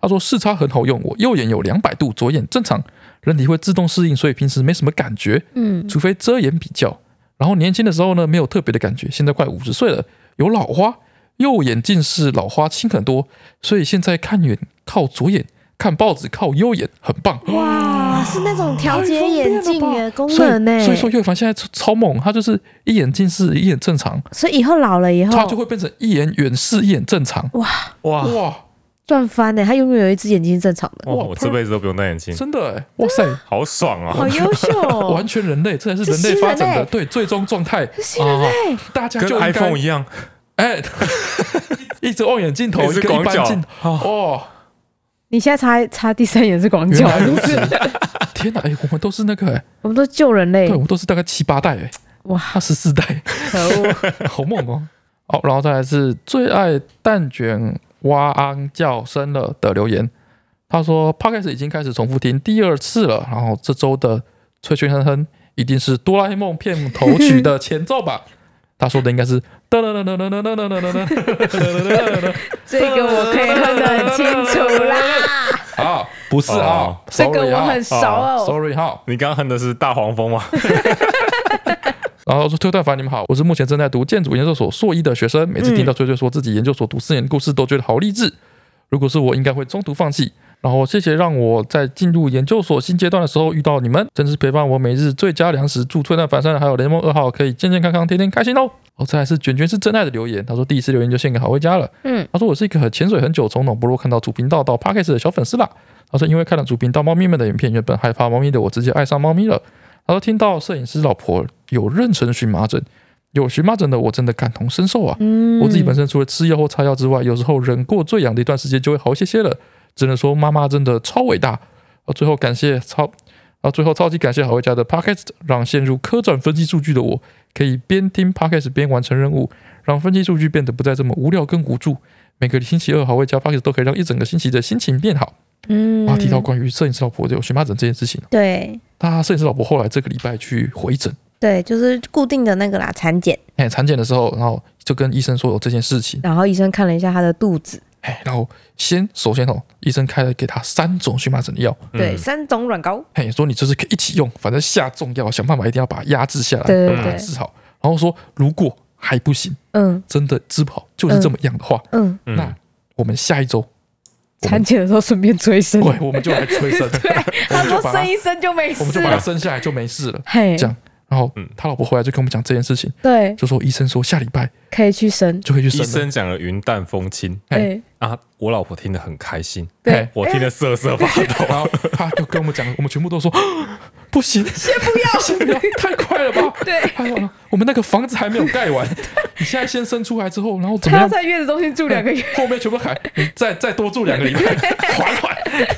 B: 他说视差很好用，我右眼有两百度，左眼正常，人体会自动适应，所以平时没什么感觉，
A: 嗯，
B: 除非遮掩比较。然后年轻的时候呢，没有特别的感觉，现在快五十岁了，有老花，右眼近视，老花轻很多，所以现在看远靠左眼，看报纸靠右眼，很棒。
D: 哦哇，是那种调节眼镜的功
B: 所以
D: 能呢。
B: 所以说，岳凡现在超超猛，他就是一眼近视，一眼正常，
D: 所以以后老了以
B: 他就
D: 后
B: 会变成一眼远视，一眼正常。
C: 哇哇，
B: 哇，
D: 赚翻呢，他永远有一只眼睛是正常的，
B: 哇
C: 我这辈子都不用戴眼镜，
B: 真的哎，哇塞！
C: 好爽
D: 好
C: 哦！
D: 优秀哦
B: 完！全人类，这才是
D: 这
B: 人
D: 新
B: 类
D: 人
B: 发展的
D: 类
B: 对最终状态。
D: 新人
B: 啊
D: 类，
B: 大家
C: 跟
B: 就应
C: iPhone
B: 该
C: 一样，
B: 哎， 一直望远镜头，
C: 一
B: 一
C: 直
B: 个一
C: 广
B: 般
C: 角
B: 镜
C: 哦
B: 哦，
D: 你现在擦擦第三眼是广
B: 原
D: 角，
B: 来如此。天哪，哎，我们都是那个，哎，
D: 我们都救人类
B: 对，我，们都是大概七八代，哎，
D: 哇
B: 他十四代，
D: 可恶！
B: 好猛 哦。好，然后再来是最爱蛋卷哇昂叫声了的留言，他说 p o d c a s 已经开始重复听第二次了，然后这周的吹吹哼哼一定是哆啦 A 梦片头曲的前奏 吧？他说的应该是噔噔噔噔噔噔噔噔噔噔噔噔，
D: 这个我可以哼得很清楚啦，
B: 好，不是啊
C: 哦
D: 这个
B: ，sorry
D: 我
B: 啊
D: 很熟哦。
B: ，sorry 哈。
C: 你刚刚哼的是大黄蜂吗？
B: 然后说推特凡你们好，我是目前正在读建筑研究所硕一的学生，每次听到崔崔说自己研究所读四年的故事，都觉得好励志。如果是我，应该会中途放弃。然后谢谢让我在进入研究所新阶段的时候遇到你们，真是陪伴我每日最佳粮食。祝推特凡山还有联盟二号可以健健康康，天天开心哦。哦，再来是卷卷是真爱的留言，他说第一次留言就献给好味家了。
A: 嗯，
B: 他说我是一个很潜水很久，从脑波弱看到主频道到 p a c k a g e 的小粉丝啦。他说因为看了主频道猫咪们的影片，原本害怕猫咪的我直接爱上猫咪了。他说听到摄影师老婆有妊娠荨麻疹，有荨麻疹的我真的感同身受啊。
D: 嗯
B: 我自己本身除了吃药或擦药之外，有时候忍过最痒的一段时间就会好一些些了。只能说妈妈真的超伟大。啊，最后感谢超啊，最后超级感谢好味家的 Podcast，让陷入科展分析数据的我可以边听 Podcast 边完成任务，让分析数据变得不再这么无聊跟无助。每个星期二好味家 Podcast 都可以让一整个星期的心情变好。
A: 嗯，
B: 啊，提到关于摄影师老婆有荨麻疹这件事情，哦
A: 对
B: 他摄影师老婆后来这个礼拜去回诊。
A: 对，就是固定的那个啦，产检，
B: 哎，产检的时候，然后就跟医生说有这件事情，
D: 然后医生看了一下他的肚子，
B: 哎，然后先首先哦，医生开了给他三种荨麻疹的药，
D: 对，
C: 嗯
D: 三种软膏，
B: 嘿，说你就是可以一起用，反正下重药，想办法一定要把它压制下来，
D: 对
B: 把
D: 对
B: 它
D: 对，
B: 治好。然后说如果还不行，
D: 嗯
B: 真的治不好，就是这么样的话，
D: 嗯，
B: 那
C: 嗯，
B: 我们下一周，我
D: 产
B: 们
D: 检的时候顺便催生，
B: 对，我们就来催生，我
D: 他
B: 们就
D: 说
B: 把
D: 生
B: 它，
D: 一生就没
B: 我们
D: 事
B: 就把它
D: 了，
B: 生下来就没事了。
D: 嘿
B: 这，样然后
C: 嗯
B: 他老婆回来就跟我们讲这件事情，
D: 对，
B: 就说医生说下礼拜
D: 可以去生，
B: 就可以去
C: 医
B: 生了。哎
C: 生讲了云淡风轻
B: 嘿
D: 对
C: 啊，我老婆听得很开心，
B: 嘿
D: 对，
C: 我听得瑟瑟发 抖。
B: 然后他就跟我们讲，我们全部都说不行，先不要，先不要，太快了吧？
D: 对
B: 还有我们那个房子还没有盖完，你现在先生出来之后，然后怎么
D: 他
B: 样？
D: 要在月子中心住两个月，
B: 后面全部喊你再再多住两个礼拜，缓缓。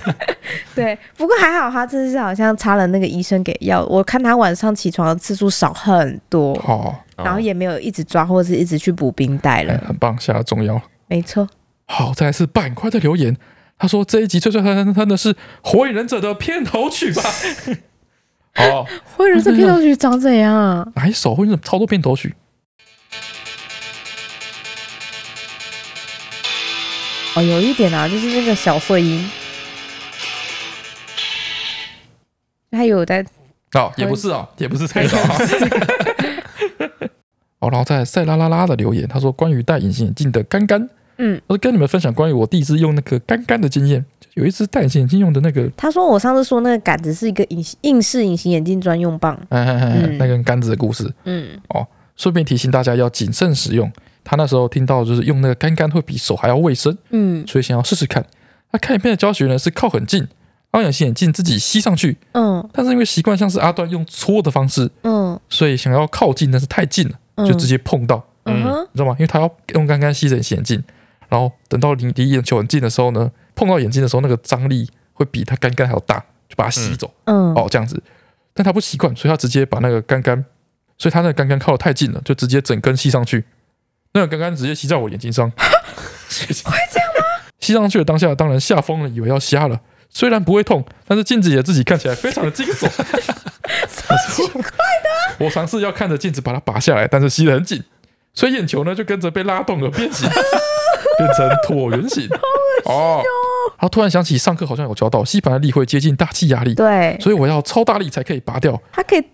D: 对，不过还好他这次好像擦了那个医生给药，我看他晚上起床的次数少很多，
B: 好，
D: 然后也没有一直抓或是一直去补冰袋
B: 哎
D: 了，
B: 很棒，下了重要。
D: 没
B: 哦
D: 错，
B: 好，再来是板块的留言，他说这一集最最哼哼哼的是《火影忍者》的片头曲吧？ 哦，
D: 火影忍者片头曲长怎样啊？
B: 哪一首《火影忍者》超多片头曲？
D: 哦，有一点啊，就是那个小碎音，他有 在
B: 哦，也不是哦，也不是这首、啊。哦，然后在塞拉拉拉的留言，他说关于戴隐形眼镜的干干，
A: 嗯，
B: 他说跟你们分享关于我第一次用那个干干的经验，就有一次戴隐形眼镜用的那个，
D: 他说我上次说那个杆子是一个隐形硬式隐形眼镜专用棒，
B: 哎哎哎哎
D: 嗯
B: 那根杆子的故事，
A: 嗯，
B: 顺便提醒大家要谨慎使用。他那时候听到就是用那个干干会比手还要卫生，
A: 嗯
B: 所以想要试试看。他看影片的教学呢是靠很近，让隐形眼镜自己吸上去，
A: 嗯
B: 但是因为习惯像是阿段用搓的方式，
A: 嗯
B: 所以想要靠近，但是太近了，
A: 嗯，
B: 就直接碰到。
A: 嗯哼，
B: 你知道吗？因为他要用干干吸着眼睛眼镜，然后等到离离眼球很近的时候呢，碰到眼睛的时候，那个张力会比它干干还要大，就把它吸走、
D: 嗯，
B: 哦，这样子。但它不习惯，所以它直接把那个干干，所以它那个干干靠得太近了，就直接整根吸上去。那个干干直接吸在我眼睛上， 会这样吗？ 吸上去的当下，当然吓疯了，以为要瞎了。虽然不会痛，但是镜子也自己看起来非常的惊悚，超奇怪的。我尝试要看着镜子把它拔下来，但是吸得很紧，所以眼球呢就跟着被拉动而变 形，变成椭圆形。哦，然后突然想起上课好像有教到，吸盘的力会接近大气压力，
D: 对，
B: 所以我要超大力才可以拔掉，
D: 它可以
B: 不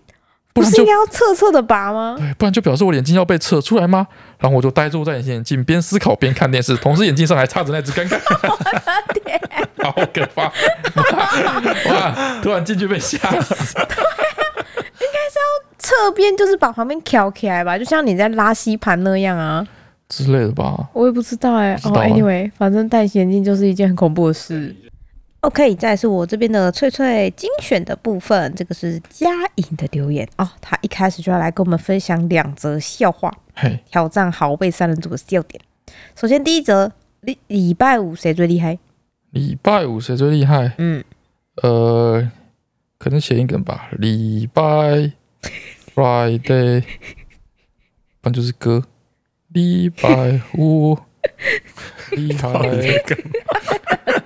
D: 不
B: 然
D: 是
B: 就
D: 应该要侧侧的拔吗？
B: 对，不然就表示我眼睛要被扯出来吗？然后我就呆坐在眼前眼镜，边思考边看电视，同时眼镜上还插着那只干 干，好可 怕！哇，哇突然进去被吓死。
D: 侧边就是把旁边挑起来吧，就像你在拉吸盘那样啊。
B: 之类的吧，
D: 我也不知道哎、
B: 不知
D: 哦、
B: 道啊
D: a n y w a y 反正戴眼镜就是一件很恐怖的事。OK，再来是我这边的翠翠精选的部分，这个是佳颖的留言哦，她一开始就要来跟我们分享两则笑话，
B: 嘿，
D: 挑战好背三人组的笑点。首先第一则，礼礼拜五谁最厉害？
B: 礼拜五谁最厉害？
D: 嗯，
B: 呃，可能谐音梗吧。礼拜 Friday，不然就是歌。礼拜 五，厉害，礼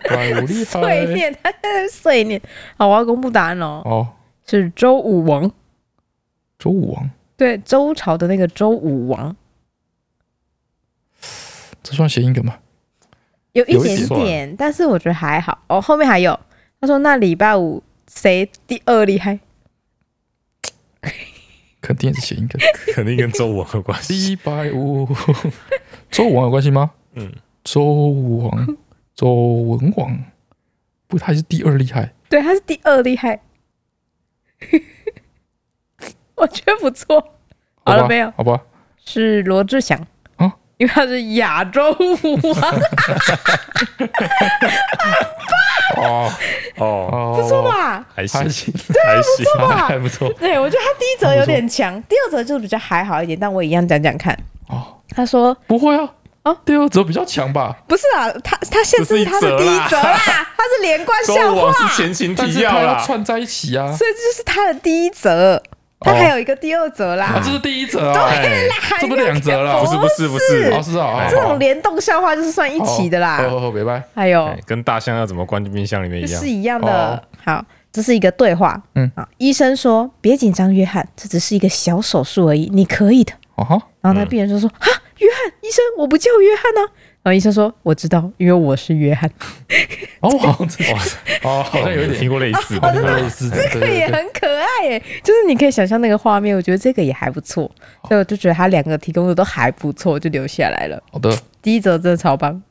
B: 拜五厉
D: 碎
B: 害。
D: 念，他在碎念。好，我要公布答案喽，
B: 哦，
D: 是周武王，
B: 周武王，
D: 对，周朝的那个周武王，
B: 这算谐音梗吗？
D: 有一
B: 有一
D: 点
B: 点
D: 点，但是我觉得还好。哦，后面还有，他说那礼拜五谁第二厉害？
B: 肯定也是谐 音梗。
C: 肯定跟周文有关系。
B: 礼拜五，周武王有关系吗？
C: 嗯，
B: 周武王，周文王，不，他是第二厉害。
D: 对，他是第二厉害。 我觉得不错，好了
B: 吧
D: 没有
B: 好 吧，
D: 是罗志祥
B: 啊
D: 因为他是亚洲 舞王，
B: 哦
C: 哦，
B: 哦，
D: 不错吧？
C: 还行
B: 还行，
C: 还行，
D: 吧
B: 还不错
D: 对，我觉得他第一则有点强，第二则就是比较还好一点，但我一样讲讲看。
B: 哦，
D: 他说
B: 不会啊，
D: 哦
B: 第二则比较强吧，
D: 不是啊，他他限制是他的第一则啦，他是连贯
C: 周
D: 笑
C: 王
D: 话，
C: 是前情
B: 但
C: 提
B: 是
C: 要
B: 它要
C: 啦。
B: 串在一起啊，
D: 所以这就是他的第一则，他还有一个第二则
B: 啊，
D: 啦。
B: 这是第一则啊，
C: 哎，
B: 这不两则了，
C: 不是不是不是
B: 哦，，是啊，
C: 哎
D: 这种联动笑话就是算一
B: 一
D: 起的啦，
B: 哦，拜拜，
D: 还有
C: 哎跟大象要怎么关进冰箱里面一样
D: 是。一样的。好，这是一个对话。
B: 嗯
D: 好，医生说别紧张，约翰，这只是一个小手术而已，你可以的。
B: 哦哈，
D: 然后那
C: 嗯
D: 病人就说：“哈，约翰医生，我不叫约翰呢、然后医生说：“我知道，因为我是约翰。
B: 哦，好像这哦，好像有一
C: 听
B: 点
C: 过类似
D: 哦
B: 好像
C: 的，
B: 类似的，这
D: 这也很可爱耶，就是你可以想象那个画面，我觉得这个也还不错，所以我就觉得他两个提供的都还不错，我就留下来了。
B: 好的，
D: 第一则真的超棒。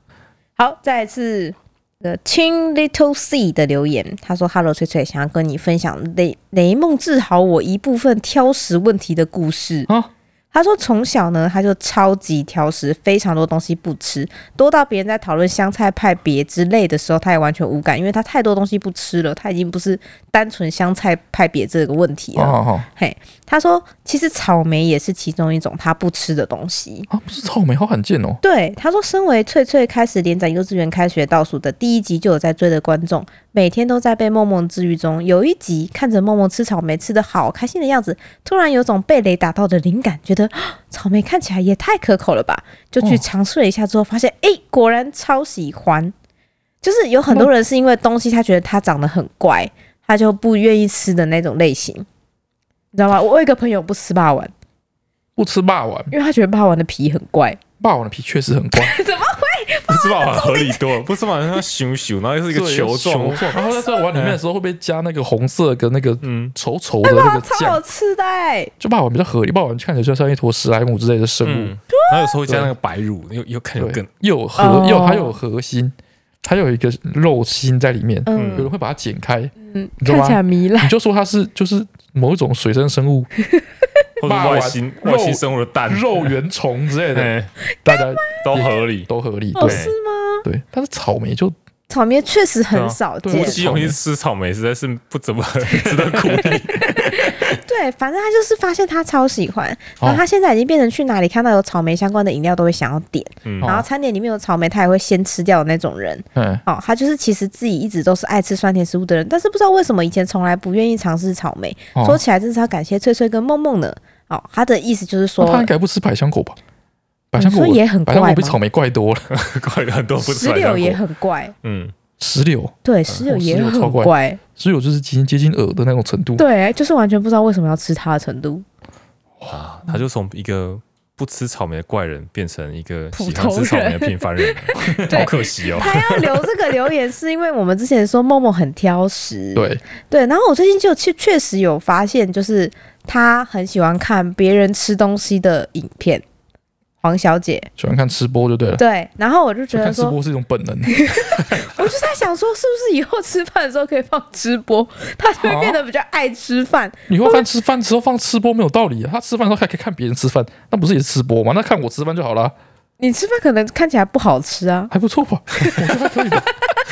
D: 好，再来是呃 Chin Little C 的留言，他说：“Hello，翠翠，想要跟你分享雷雷梦治好我一部分挑食问题的故事。
B: 啊
D: 他说从小呢，他就超级挑食，非常多东西不吃，多到别人在讨论香菜派别之类的时候，他也完全无感，因为他太多东西不吃了，他已经不是单纯香菜派别这个问题
B: 哦
D: 了。
B: 好好
D: 嘿，他说其实草莓也是其中一种他不吃的东西。
B: 啊，不是草莓，好罕见哦，
D: 对，他说，身为翠翠开始连载幼稚园开学倒数的第一集就有在追的观众，每天都在被梦梦治愈中。有一集看着梦梦吃草莓吃的好开心的样子，突然有种被雷打到的灵感，觉得啊草莓看起来也太可口了吧，就去
B: 哦
D: 尝试了一下之后，发现诶，果然超喜欢。就是有很多人是因为东西他觉得它长得很怪，他就不愿意吃的那种类型，你知道吗？我有一个朋友不吃霸王丸，
B: 不吃霸王，
D: 因为他觉得霸王丸的皮很怪。
B: 霸王的皮确实很 怪，
C: 不是吧？合理多 了，不是吧？像咻咻，然后又是一个
B: 对
C: 球状
B: 球，状，然后在在碗里面的时候会被加那个红色跟那个
C: 嗯，
B: 稠稠的那个
D: 超好
B: 酱，
D: 吃的、欸，
B: 就霸王比较合理，霸王看起来就像一坨史莱姆之类的生物，
C: 嗯，然后有时候会加那个白乳，又又看起来
B: 对
C: 更，
B: 又有核、
D: 哦
B: 又还有核心，它有一个肉心在里面，
D: 嗯
B: 有人会把它剪开，你
D: 嗯，
B: 你知道
D: 看
B: 吗
D: 起来 糜烂，
B: 就说它是就是某一种水生生物，
C: 嗯或者
B: 霸王
C: 外星
B: 肉
C: 外星生物的蛋，
B: 肉圆虫之类的，
C: 哎，
B: 大家
C: 都合理。
B: 都合理，
D: 哦，
B: 对
D: 是吗？
B: 对。但是草莓就
D: 草莓确实
C: 对
D: 很
C: 啊
D: 少
B: 对
D: 见
C: 我
B: 我
C: 自
B: 记
C: 己有去吃草莓，实在是不怎么 值得鼓励。
D: 对，反正他就是发现他超喜欢，然
B: 哦
D: 后他现在已经变成去哪里看到有草莓相关的饮料都会想要点，
C: 嗯，
D: 然后餐点里面有草莓他也会先吃掉的那种人。
B: 啊哎，
D: 哦，他就是其实自己一直都是爱吃酸甜食物的人，但是不知道为什么以前从来不愿意尝试草莓。
B: 哦
D: 说起来真是要感谢翠翠跟梦梦呢。哦，他的意思就是说，
B: 他应该不吃百香果吧？百
D: 你
B: 香果
D: 说
B: 我
D: 也很
B: 百
D: 怪
B: 香
D: 吗
B: 果比？草莓怪多了，
C: 怪很多不吃
D: 石
C: 百香
D: 榴
C: 果
D: 也很怪，
C: 嗯，
B: 石榴，
D: 对，石榴
B: 哦
D: 也
B: 石榴超
D: 很
B: 怪
D: 怪，
B: 石榴就是接近接近饵的那种程度。
D: 对，就是完全不知道为什么要吃它的程度。
C: 啊，他就从一个不吃草莓的怪人变成一个
D: 普
C: 喜欢吃
D: 通
C: 草莓
D: 人
C: 的平凡人了，好可惜哦。
D: 他要留这个留言，是因为我们之前说梦梦很挑 食，
B: 对，
D: 对，然后我最近就确确实有发现，就是他很喜欢看别人吃东西的影片，黄小姐。
B: 喜欢看吃播就对了。
D: 对，然后我就
B: 所以
D: 觉得
B: 看吃
D: 说，
B: 播是一种本能，
D: 我就在想说，是不是以后吃饭的时候可以放 直播，他就会变得比较爱吃饭。
B: 你会看吃饭时候放吃播没有道理啊！他吃饭的时候还可以看别人吃饭，那不是也是吃播吗？那看我吃饭就好了，
D: 你吃饭可能看起来不好吃啊，
B: 还不错吧？ 我觉得还可以吧，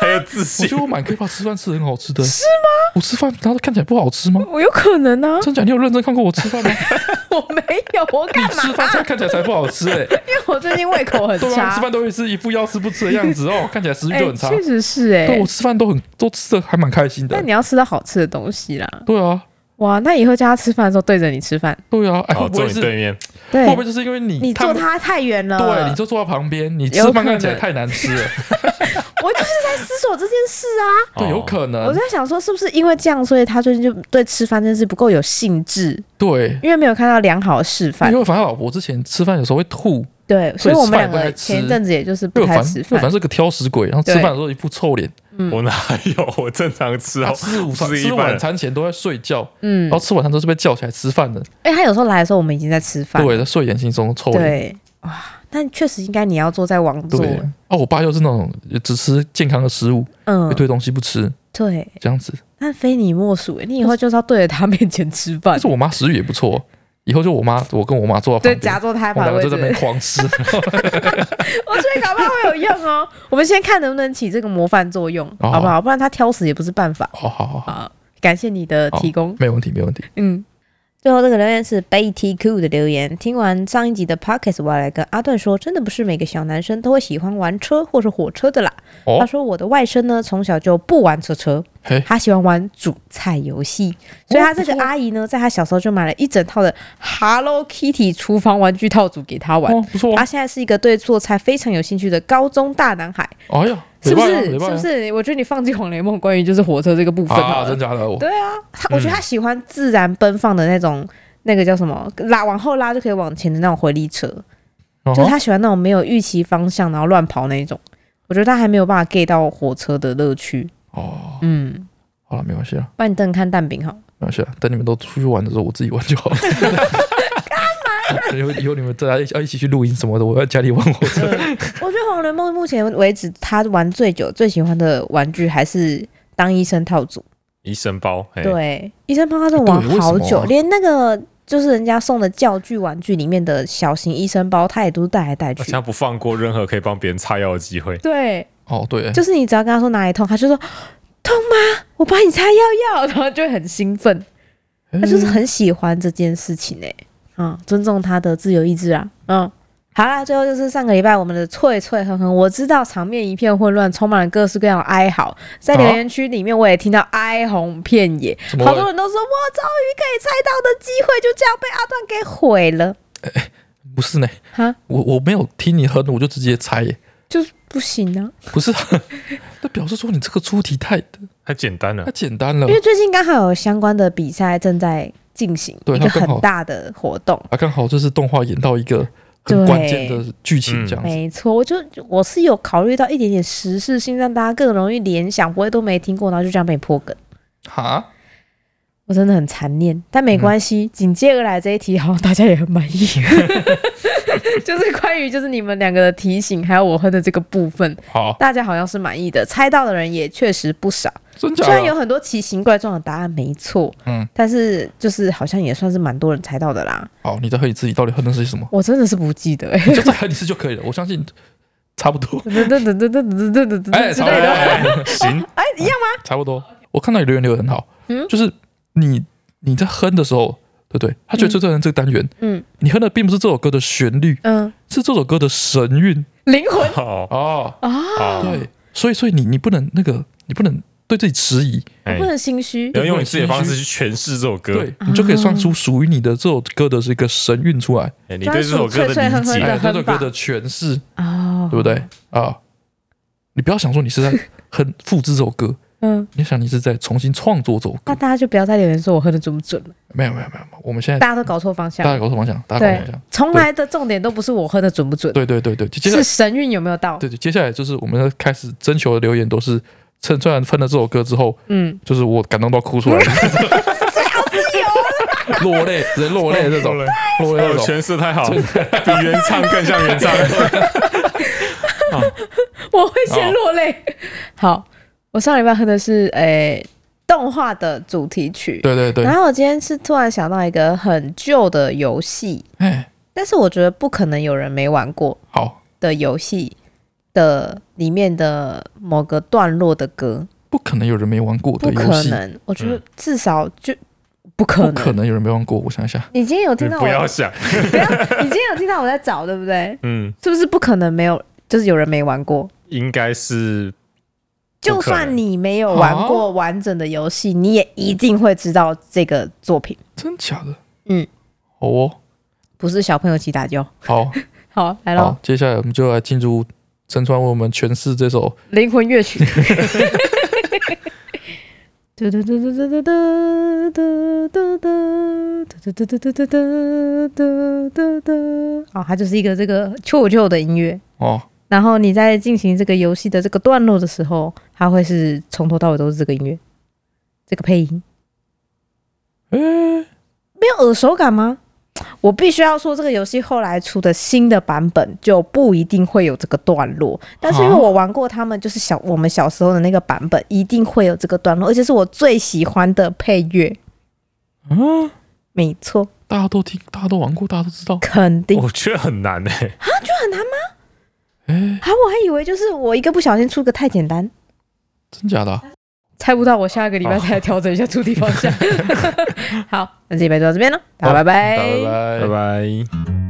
C: 还有自
B: 我
C: 信
B: 觉，得我蛮可以把吃饭吃得很好吃的。是吗？我吃饭难道看起来不好吃吗？
D: 我有可能 啊，
B: 真假？你有认真看过我吃饭吗？
D: 我没有，我干
B: 你
D: 嘛啊
B: 吃饭才看起来才不好吃哎、 欸！
D: 因为我最近胃口很
B: 对啊，吃
D: 差
B: 饭，都会是一副要吃不吃的样 子哦，看起来食欲
D: 哎
B: 就很差。
D: 确实是哎、
B: 对我吃饭都很都吃的还蛮开心的
D: 但。你要吃到好吃的东西啦。
B: 对啊，
D: 哇，那以后叫他吃饭的时候对着你吃饭，
B: 对啊，哎，
C: 好
B: 会不
C: 坐
B: 会
C: 你
B: 是
C: 哦对面，
D: 对
B: 会不会就是因为你
D: 你
B: 他
D: 坐
B: 们
D: 他太远了。
B: 对，你就坐在旁边，你吃
D: 有可
B: 饭看起来
D: 能
B: 太难吃 了，
D: 我就是在思索这件事啊。
B: 对，
C: 哦
B: 有可能
D: 我，在想说，是不是因为这样，所以他最近就对吃饭这件事不够有兴致，
B: 对，
D: 因为没有看到良好的示范
B: 因。为反正老婆之前吃饭有时候会吐，
D: 对，所
B: 所以
D: 以我们
B: 吃饭
D: 两
B: 不太
D: 个
B: 吃
D: 前一阵子也就是不
B: 又
D: 太
B: 凡
D: 吃
B: 又
D: 饭
B: 凡。是个挑食鬼，然后吃
D: 对
B: 饭的时候一副臭脸，
C: 我哪有？我正常吃
B: 他
C: 啊，
B: 吃午餐
C: 吃一
B: 吃
C: 半
B: 晚餐前都在睡觉，
D: 嗯
B: 然，后吃晚餐都是被叫起来吃饭的，
D: 哎，他有时候来的时候，我们已经在吃饭。
B: 对，在睡眼惺忪臭脸，
D: 对，哇，但确实应该你要坐在王座。
B: 对。哦，我爸又是那种只吃健康的食物，
D: 嗯
B: 一，堆东西不吃
D: 对，
B: 这样子。
D: 但非你莫属。你以后就是要对着他面前吃饭
B: 但是，我妈食欲也不错，哦以后就我妈我跟我妈坐在
D: 对，
B: 旁
D: 假
B: 边，
D: 坐他
B: 我们
D: 把
B: 两个
D: 位
B: 就
D: 置
B: 在。那边狂吃。
D: 我觉得哦搞不好会有用 哦。我们先看能不能起这个模范作用，
B: 哦
D: 好不好？不然他挑食也不是办法
B: 好好好好，
D: 啊。感谢你的提供，
B: 没问题没问题。
D: 嗯。最后这个留言是 BTQ 的留言。听完上一集的 Pockets，我要来跟阿段说，真的不是每个小男生都会喜欢玩车或是火车的啦。他
B: 哦，
D: 说我的外甥呢，从小就不玩车车，
B: 嘿，哦
D: 他喜欢玩煮菜游戏，所以他这个阿姨呢，在他小时候就买了一整套的 Hello Kitty 厨房玩具套组给他玩。
B: 哦，不错
D: 他
B: 啊，
D: 现在是一个对做菜非常有兴趣的高中大男孩，
B: 哎呀，
D: 是不
B: 没办
D: 是？
B: 法
D: 是
B: 没办法
D: 不是？我觉得你放弃《黄雷梦》关于就是火车这个部分好
B: 啊？
D: 了
B: 真假的我
D: 对啊，他我觉得他喜欢自然奔放的那种，那个叫什么拉往后拉就可以往前的那种回力车，
B: 哦
D: 就是他喜欢那种没有预期方向然后乱跑那一种。我觉得他还没有办法 get 到火车的乐趣。
B: 哦，
D: 嗯，
B: 好了，没关系啊了。
D: 不然你等看蛋饼好了。
B: 没关系啊，等你们都出去玩的时候，我自己玩就好了。 干嘛？以后以后你们大家一起要一起去露营什么的，我 要在家里玩火车。
D: 我觉得《红楼梦》目前为止，他玩最久、最喜欢的玩具还是当医生套组。
C: 医生包，哎嘿，
D: 对，医生泡泡真的玩
B: 哎对为什
D: 好
B: 么
D: 久，
B: 啊
D: 连那个就是人家送的教具玩具里面的小型医生包，他也都是带来带
C: 而且
D: 去
C: 他。不放过任何可以帮别人擦药的机会。
D: 对，
B: 哦，对，
D: 就是你只要跟他说哪里痛，他就说痛吗？我帮你擦药 药，然后就会很兴奋。
B: 他
D: 他就是很喜欢这件事情哎、嗯，尊重他的自由意志啊，嗯。好啦，最后就是上个礼拜我们的脆脆哼哼，我知道场面一片混乱，充满了各式各样的哀嚎，在留言区里面我也听到哀鸿遍野，
B: 什么
D: 好多人都说我终于可以猜到的机会就这样被阿段给毁了，
B: 不是呢？
D: 哈，
B: 我我没有听你哼，我就直接猜耶，
D: 就是不行啊，
B: 不是、啊？ 那表示说你这个出题太
C: 太简单啊了
B: 太，简单了
D: 因为最近刚好有相关的比赛正在进行，
B: 对
D: 一个
B: 那刚好
D: 很大的活动，
B: 啊！刚好就是动画演到一个很关键的剧情这样子。
D: 没错，我就我是有考虑到一点点时事性，让大家更容易联想，不会都没听过，然后就这样被你破梗。
B: 哈，
D: 我真的很残念，但没关
B: 嗯
D: 系。紧接而来这一题，好像大家也很满 意，就是关于就是你们两个的提醒，还有我哼的这个部分，
B: 好，
D: 大家好像是满意的，猜到的人也确实不少。
B: 真假
D: 虽然有
B: 的？
D: 很多奇形怪状的答案没错，
B: 嗯，
D: 但是就是好像也算是蛮多人猜到的啦。
B: 好，你再哼一次，你到底哼的是什么？
D: 我真的是不记得、欸，
B: 你就再哼一次就可以了。我相信差不多。
D: 噔噔噔噔噔噔噔噔
B: 哎，
D: 嗯噔之
B: 差不
D: 类
B: 多，
D: 的。
B: 哎行，
D: 哎，一样吗？
B: 差不多。我看到你留言留的很好，
D: 嗯
B: 就是你你在哼的时候，对不对？他觉得这段这个单元，
D: 嗯
B: 你哼的并不是这首歌的旋律，
D: 嗯，
B: 是这首歌的神韵
D: 灵魂
C: 哦
B: 哦。
C: 哦，
B: 对，所以所以你你不能那个，你不能对自己迟疑，
C: 哎
D: 不能心虚
C: 你。要用你自己的方式去诠释这首歌，
B: 对你就可以算出属于你的这首歌的是一个神韵出来，
C: 哎你对这首歌
D: 专
C: 的
D: 属脆脆
C: 理
D: 哼哼
C: 解
D: 的
B: 哎，对这首
D: 哼法
B: 歌的诠释，
D: 哦
B: 对不？对啊？你不要想说你是在 很复制这首歌，
D: 嗯，
B: 你想你是在重新创作这首
D: 那
B: 歌。
D: 大家就不要再留言说我喝的准不准了，
B: 没有没有没有，没有我们现在
D: 大家都搞错方
B: 大家
D: 向。
B: 搞什么想，大家搞什
D: 对
B: 么想。，
D: 从来的重点都不是我喝的准不准，
B: 对对对对，接下
D: 是
B: 来
D: 神韵有没有到？
B: 对对，接下来就是我们要开始征求的留言都是趁虽然分了这首歌之后，
D: 嗯，
B: 就是我感动到哭 出来，
D: 啊
B: 落泪，人落泪这种，落泪
C: 哦
B: 这，种。
C: 诠释太好，比原唱更像原唱。
D: 我会先落泪。好，我上礼拜喝的是诶、动画的主题曲，
B: 对对对
D: 然，后我今天是突然想到一个很旧的游戏，
B: 哎，
D: 但是我觉得不可能有人没玩过
B: 好，
D: 的游戏的里面的某个段落的歌，
B: 不可能有人没玩过
D: 不
B: 的
D: 可
B: 游戏，
D: 能，我觉得
C: 嗯
D: 至少就不可
B: 不
D: 能。
B: 可能有人没玩过。我想一下，
D: 你今天有
C: 你
D: 听到我？
C: 不要想，
D: 你今天有听到我在找，对不对？
C: 嗯，
D: 是不是不可能没有？就是有人没玩过，
C: 应该是
D: 就算你没有玩过完整的游戏，你也一定会知道这个作品，
B: 真假的？
D: 嗯，
B: 好哦，
D: 不是小朋友起打就
B: 好，
D: 好来
B: 好
D: 咯，，
B: 接下来我们就来进入陈川为我们诠释这首
D: 灵魂乐曲。嘟嘟嘟嘟嘟嘟嘟嘟嘟嘟嘟嘟嘟嘟嘟嘟嘟嘟哦，它就是一个这个旧旧的音乐。
B: 哦，
D: 然后你在进行这个游戏的这个段落的时候，它会是从头到尾都是这个音乐，这个配音。
B: 哎，
D: 没有耳熟感吗？我必须要说，这个游戏后来出的新的版本就不一定会有这个段落，但是因为
B: 啊
D: 我玩过他们就是小我们小时候的那个版本，一定会有这个段落，而且是我最喜欢的配乐。
B: 嗯，
D: 没错，
B: 大家都听，大家都玩过，大家都知道。
D: 肯定。
C: 我觉得很难欸诶，
B: 哎，
D: 啊，我还以为就是我一个不小心出个太简单，
B: 真假的啊？
D: 猜不到。我下个礼拜再来调整一下主 题方向。好，那这礼拜就到这边了，大家拜
B: 大家拜拜
C: 拜拜。